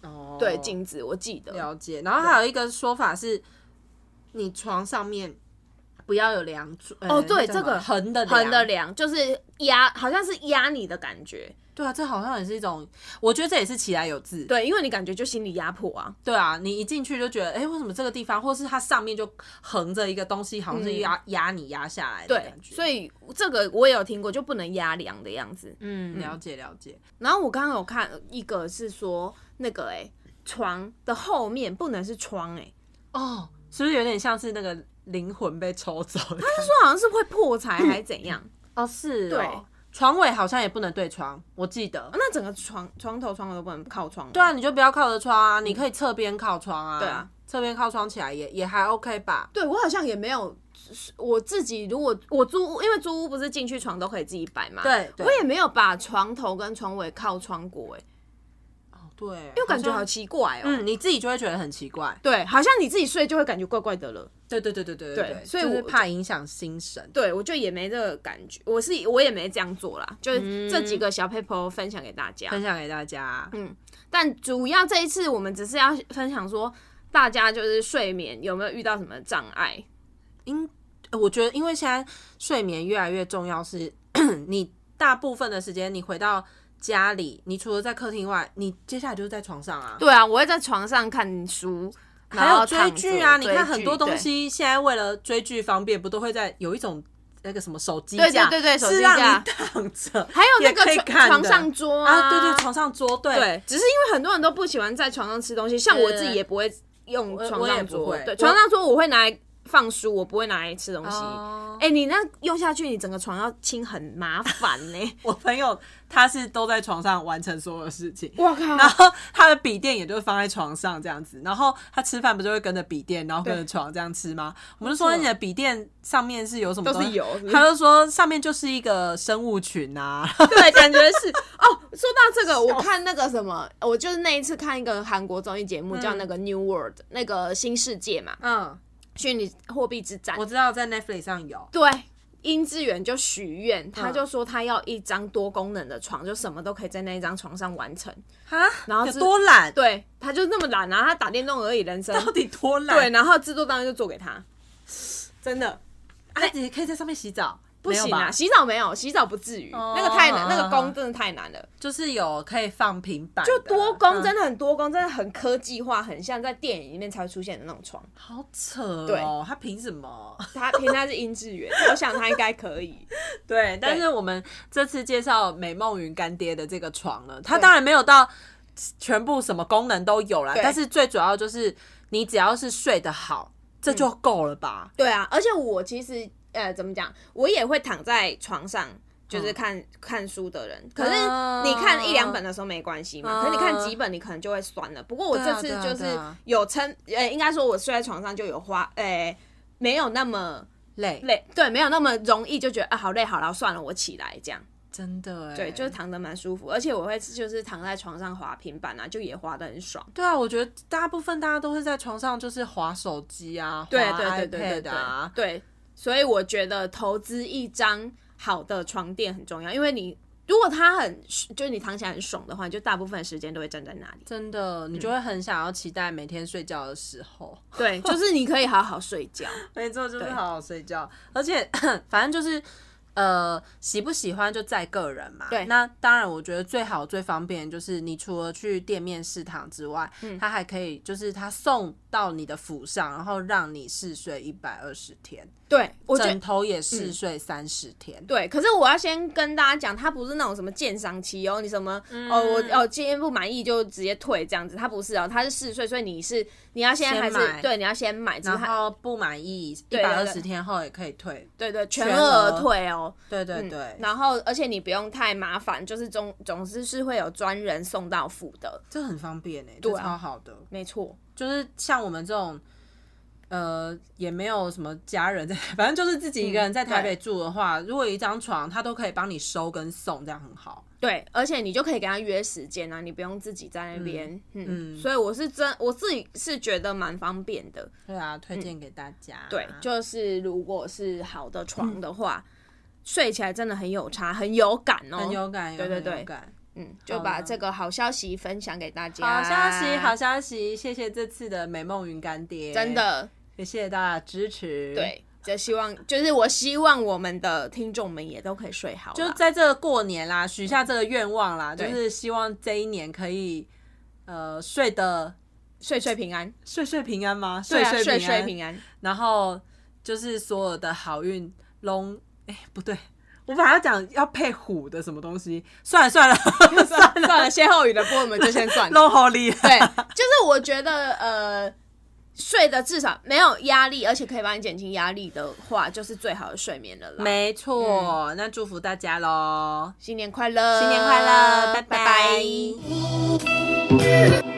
[SPEAKER 1] 哦
[SPEAKER 2] 对镜子，我记得。
[SPEAKER 1] 了解。然后还有一个说法是，你床上面不要有梁柱。呃
[SPEAKER 2] 哦对
[SPEAKER 1] 那叫什么
[SPEAKER 2] 这个
[SPEAKER 1] 横的
[SPEAKER 2] 横的梁就是压，好像是压你的感觉，
[SPEAKER 1] 对啊，这好像也是一种，我觉得这也是其来有自。
[SPEAKER 2] 对，因为你感觉就心理压迫啊，
[SPEAKER 1] 对啊，你一进去就觉得，哎、为什么这个地方，或是它上面就横着一个东西，好像是压压、你压下来的
[SPEAKER 2] 对
[SPEAKER 1] 感，觉。
[SPEAKER 2] 所
[SPEAKER 1] 嗯以，
[SPEAKER 2] 以这个我也有听过，就不能压梁的样子。
[SPEAKER 1] 嗯，了解了解。
[SPEAKER 2] 然后我刚刚有看一个是说那个哎、床的后面不能是窗哎、
[SPEAKER 1] 哦，是不是有点像是那个灵魂被抽走？ 他
[SPEAKER 2] 他
[SPEAKER 1] 是
[SPEAKER 2] 说好像是会破财还是怎样，
[SPEAKER 1] 哦，是哦
[SPEAKER 2] 对
[SPEAKER 1] 床尾好像也不能对窗，我记得。
[SPEAKER 2] 啊那整个床床头窗都不能靠窗。
[SPEAKER 1] 对啊，你就不要靠着窗啊，你可以侧边靠窗啊。
[SPEAKER 2] 嗯对啊，
[SPEAKER 1] 侧边靠窗起来也也还 OK 吧。
[SPEAKER 2] 对我好像也没有，我自己如果我租屋，因为租屋不是进去床都可以自己摆嘛，
[SPEAKER 1] 对对
[SPEAKER 2] 我也没有把床头跟床尾靠窗过哎、
[SPEAKER 1] 对，因
[SPEAKER 2] 就感觉好奇怪哦。
[SPEAKER 1] 嗯，你自己就会觉得很奇怪。
[SPEAKER 2] 对，好像你自己睡就会感觉怪怪的了。
[SPEAKER 1] 对对对对对
[SPEAKER 2] 对
[SPEAKER 1] 对，
[SPEAKER 2] 所以
[SPEAKER 1] 就是
[SPEAKER 2] 我
[SPEAKER 1] 怕影响心神。
[SPEAKER 2] 对，我就也没这个感觉，我是我也没这样做啦，就是这几个小 paper 分享给大家。
[SPEAKER 1] 分享给大家，
[SPEAKER 2] 但主要这一次我们只是要分享说，大家就是睡眠有没有遇到什么障碍？
[SPEAKER 1] 因呃我觉得，因为现在睡眠越来越重要是， 你大部分的时间你回到家里，你除了在客厅外，你接下来就是在床上啊，
[SPEAKER 2] 对啊，我会在床上看书，
[SPEAKER 1] 还
[SPEAKER 2] 然
[SPEAKER 1] 有
[SPEAKER 2] 后
[SPEAKER 1] 追
[SPEAKER 2] 躺
[SPEAKER 1] 剧
[SPEAKER 2] 着
[SPEAKER 1] 啊。你
[SPEAKER 2] 追
[SPEAKER 1] 看很多
[SPEAKER 2] 剧对
[SPEAKER 1] 东西现在为了追剧方便，不都会在有一种那个什么手机
[SPEAKER 2] 对对
[SPEAKER 1] 架，
[SPEAKER 2] 对对手
[SPEAKER 1] 是
[SPEAKER 2] 机
[SPEAKER 1] 让
[SPEAKER 2] 架
[SPEAKER 1] 你躺着，
[SPEAKER 2] 还有那
[SPEAKER 1] 也可
[SPEAKER 2] 个
[SPEAKER 1] 以
[SPEAKER 2] 床
[SPEAKER 1] 看
[SPEAKER 2] 床
[SPEAKER 1] 的
[SPEAKER 2] 上桌
[SPEAKER 1] 啊，对对，床上桌对。
[SPEAKER 2] 对，只是因为很多人都不喜欢在床上吃东西，像我自己也不会用
[SPEAKER 1] 我
[SPEAKER 2] 床
[SPEAKER 1] 我也
[SPEAKER 2] 上
[SPEAKER 1] 不
[SPEAKER 2] 桌，
[SPEAKER 1] 会
[SPEAKER 2] 对，
[SPEAKER 1] 我
[SPEAKER 2] 床上桌我会拿来放书，我不会拿来吃东西。
[SPEAKER 1] 哦
[SPEAKER 2] 哎、你那用下去，你整个床要清很麻烦呢、
[SPEAKER 1] 我朋友他是都在床上完成所有事情，
[SPEAKER 2] 我靠
[SPEAKER 1] 然后他的笔电也就放在床上这样子，然后他吃饭不就会跟着笔电，然后跟着床这样吃吗？我们就说
[SPEAKER 2] 没错
[SPEAKER 1] 你的笔电上面是有什么东西？
[SPEAKER 3] 都是油是不是
[SPEAKER 1] 他就说上面就是一个生物群啊，
[SPEAKER 2] 对，感觉是哦。说到这个，我看那个什么，我就是那一次看一个韩国综艺节目，叫那个 New World，那个新世界嘛，
[SPEAKER 1] 嗯，
[SPEAKER 2] 虚拟货币之战
[SPEAKER 1] 我。知道在 Netflix 上有，
[SPEAKER 2] 对，殷志远就许愿，
[SPEAKER 1] 嗯
[SPEAKER 2] 他就说他要一张多功能的床，就什么都可以在那一张床上完成。
[SPEAKER 1] 哈，
[SPEAKER 2] 然后
[SPEAKER 1] 有
[SPEAKER 2] 是
[SPEAKER 1] 多懒，
[SPEAKER 2] 对，他就那么懒啊，他打电动而已，人生。
[SPEAKER 1] 到底多懒？
[SPEAKER 2] 对，，然后制作单位就做给他，
[SPEAKER 3] 真的，
[SPEAKER 1] 啊，你可以在上面洗澡，
[SPEAKER 2] 不
[SPEAKER 1] 没有
[SPEAKER 2] 行
[SPEAKER 1] 吧
[SPEAKER 2] 啊，洗澡没有，洗澡不至于，
[SPEAKER 1] 哦
[SPEAKER 2] 那个太难，那个
[SPEAKER 1] 哦
[SPEAKER 2] 功真的太难了，
[SPEAKER 1] 就是有可以放平板的，
[SPEAKER 2] 就多功
[SPEAKER 1] 嗯
[SPEAKER 2] 真的很多功，真的很科技化，很像在电影里面才会出现的那种床。
[SPEAKER 1] 好扯哦
[SPEAKER 2] 对，
[SPEAKER 1] 他凭什么？
[SPEAKER 2] 他凭他是音质源，我想他应该可以。
[SPEAKER 1] 对，但是我们这次介绍美梦云干爹的这个床呢，它当然没有到全部什么功能都有啦，
[SPEAKER 2] 对
[SPEAKER 1] 但是最主要就是你只要是睡得好，这就够了吧？
[SPEAKER 2] 对啊，而且我其实呃，怎么讲，我也会躺在床上。就是
[SPEAKER 1] 嗯
[SPEAKER 2] 看、看书的人，可是
[SPEAKER 1] 哦
[SPEAKER 2] 你看一两本的时候没关系嘛，
[SPEAKER 1] 哦
[SPEAKER 2] 可是你看几本你可能就会酸了。不过我
[SPEAKER 1] 对啊
[SPEAKER 2] 这次
[SPEAKER 1] 对啊
[SPEAKER 2] 就是
[SPEAKER 1] 对啊
[SPEAKER 2] 有撑，呃、应该说我睡在床上就有花，呃、没有那么
[SPEAKER 1] 累，
[SPEAKER 2] 累，对，没有那么容易就觉得啊好累，好了，算了，我起来这样。
[SPEAKER 1] 真的哎，
[SPEAKER 2] 对，就是躺得蛮舒服，而且我会就是躺在床上滑平板啊，就也滑得很爽。
[SPEAKER 1] 对啊，我觉得大部分大家都是在床上就是划手机啊，
[SPEAKER 2] 对
[SPEAKER 1] 滑
[SPEAKER 2] 对对对对
[SPEAKER 1] iPad 啊
[SPEAKER 2] 对，对，所以我觉得投资一张好的床垫很重要，因为你如果它很就是你躺起来很爽的话，你就大部分时间都会站在那里。
[SPEAKER 1] 真的，你就会很想要期待每天睡觉的时候。
[SPEAKER 2] 对，就是你可以好好睡觉。
[SPEAKER 1] 没错，就是
[SPEAKER 2] 对
[SPEAKER 1] 好好睡觉，而且 反正就是。呃，喜不喜欢就在个人嘛。
[SPEAKER 2] 对
[SPEAKER 1] 那当然，我觉得最好最方便就是，你除了去店面试躺之外，
[SPEAKER 2] 嗯
[SPEAKER 1] 它还可以就是它送到你的府上，然后让你试睡一百二十天，
[SPEAKER 2] 对，我觉得嗯
[SPEAKER 1] 枕头也试睡三十天。
[SPEAKER 2] 对，可是我要先跟大家讲，它不是那种什么鉴赏期哦，你什么、哦，我哦今天不满意就直接退这样子，它不是哦，它是试睡，所以你是你要先
[SPEAKER 1] 先
[SPEAKER 2] 还是
[SPEAKER 1] 买
[SPEAKER 2] 对，你要先买，只是
[SPEAKER 1] 然
[SPEAKER 2] 它
[SPEAKER 1] 后不满意，一
[SPEAKER 2] 对
[SPEAKER 1] 百
[SPEAKER 2] 对
[SPEAKER 1] 二
[SPEAKER 2] 对
[SPEAKER 1] 十天后也可以退。
[SPEAKER 2] 对对全
[SPEAKER 1] 全
[SPEAKER 2] 额
[SPEAKER 1] 额
[SPEAKER 2] 退哦，
[SPEAKER 1] 对对
[SPEAKER 2] 嗯
[SPEAKER 1] 对，
[SPEAKER 2] 然后而且你不用太麻烦，就是总总之是会有专人送到府的，
[SPEAKER 1] 这很方便呢、欸，
[SPEAKER 2] 对
[SPEAKER 1] 这
[SPEAKER 2] 啊
[SPEAKER 1] 超好的。
[SPEAKER 2] 没错，
[SPEAKER 1] 就是像我们这种，呃，也没有什么家人在， 反正就是自己一个人在台北住的话，如果有一张床，他都可以帮你收跟送，这样很好。
[SPEAKER 2] 对，而且你就可以给他约时间啊，你不用自己在那边，嗯，所以我是真我自己是觉得蛮方便的，
[SPEAKER 1] 对啊，推荐给大家。
[SPEAKER 2] 对，就是如果是好的床的话，睡起来真的很有差，很有感哦。
[SPEAKER 1] 很有感，
[SPEAKER 2] 对对对
[SPEAKER 1] 很有感。
[SPEAKER 2] 嗯，就把这个好消息分享给大
[SPEAKER 1] 好
[SPEAKER 2] 家。
[SPEAKER 1] 消息，好消息！谢谢这次的美梦云干爹，
[SPEAKER 2] 真的
[SPEAKER 1] 也谢谢大家的支持。，
[SPEAKER 2] 对，就希望就是我希望我们的听众们也都可以睡好啦，
[SPEAKER 1] 就在这个过年啦，许下这个愿望啦，就
[SPEAKER 2] 对
[SPEAKER 1] 是希望这一年可以，呃，睡得
[SPEAKER 2] 睡睡平安，
[SPEAKER 1] 睡睡平安吗？
[SPEAKER 2] 对
[SPEAKER 1] 睡
[SPEAKER 2] 啊
[SPEAKER 1] 睡
[SPEAKER 2] 睡
[SPEAKER 1] 平安
[SPEAKER 2] 睡平安。
[SPEAKER 1] 然后就是所有的好运龙，哎、不对，我本来要讲要配虎的什么东西，算了算了 算了，
[SPEAKER 2] 算了，歇后语的播我们就先 算了。
[SPEAKER 1] 龙好厉害，
[SPEAKER 2] 对，就是我觉得呃，睡的至少没有压力，而且可以帮你减轻压力的话，就是最好的睡眠了啦。
[SPEAKER 1] 没错，那祝福大家喽，
[SPEAKER 2] 新年快乐，
[SPEAKER 1] 新年快乐，拜
[SPEAKER 2] 拜
[SPEAKER 1] 拜
[SPEAKER 2] 拜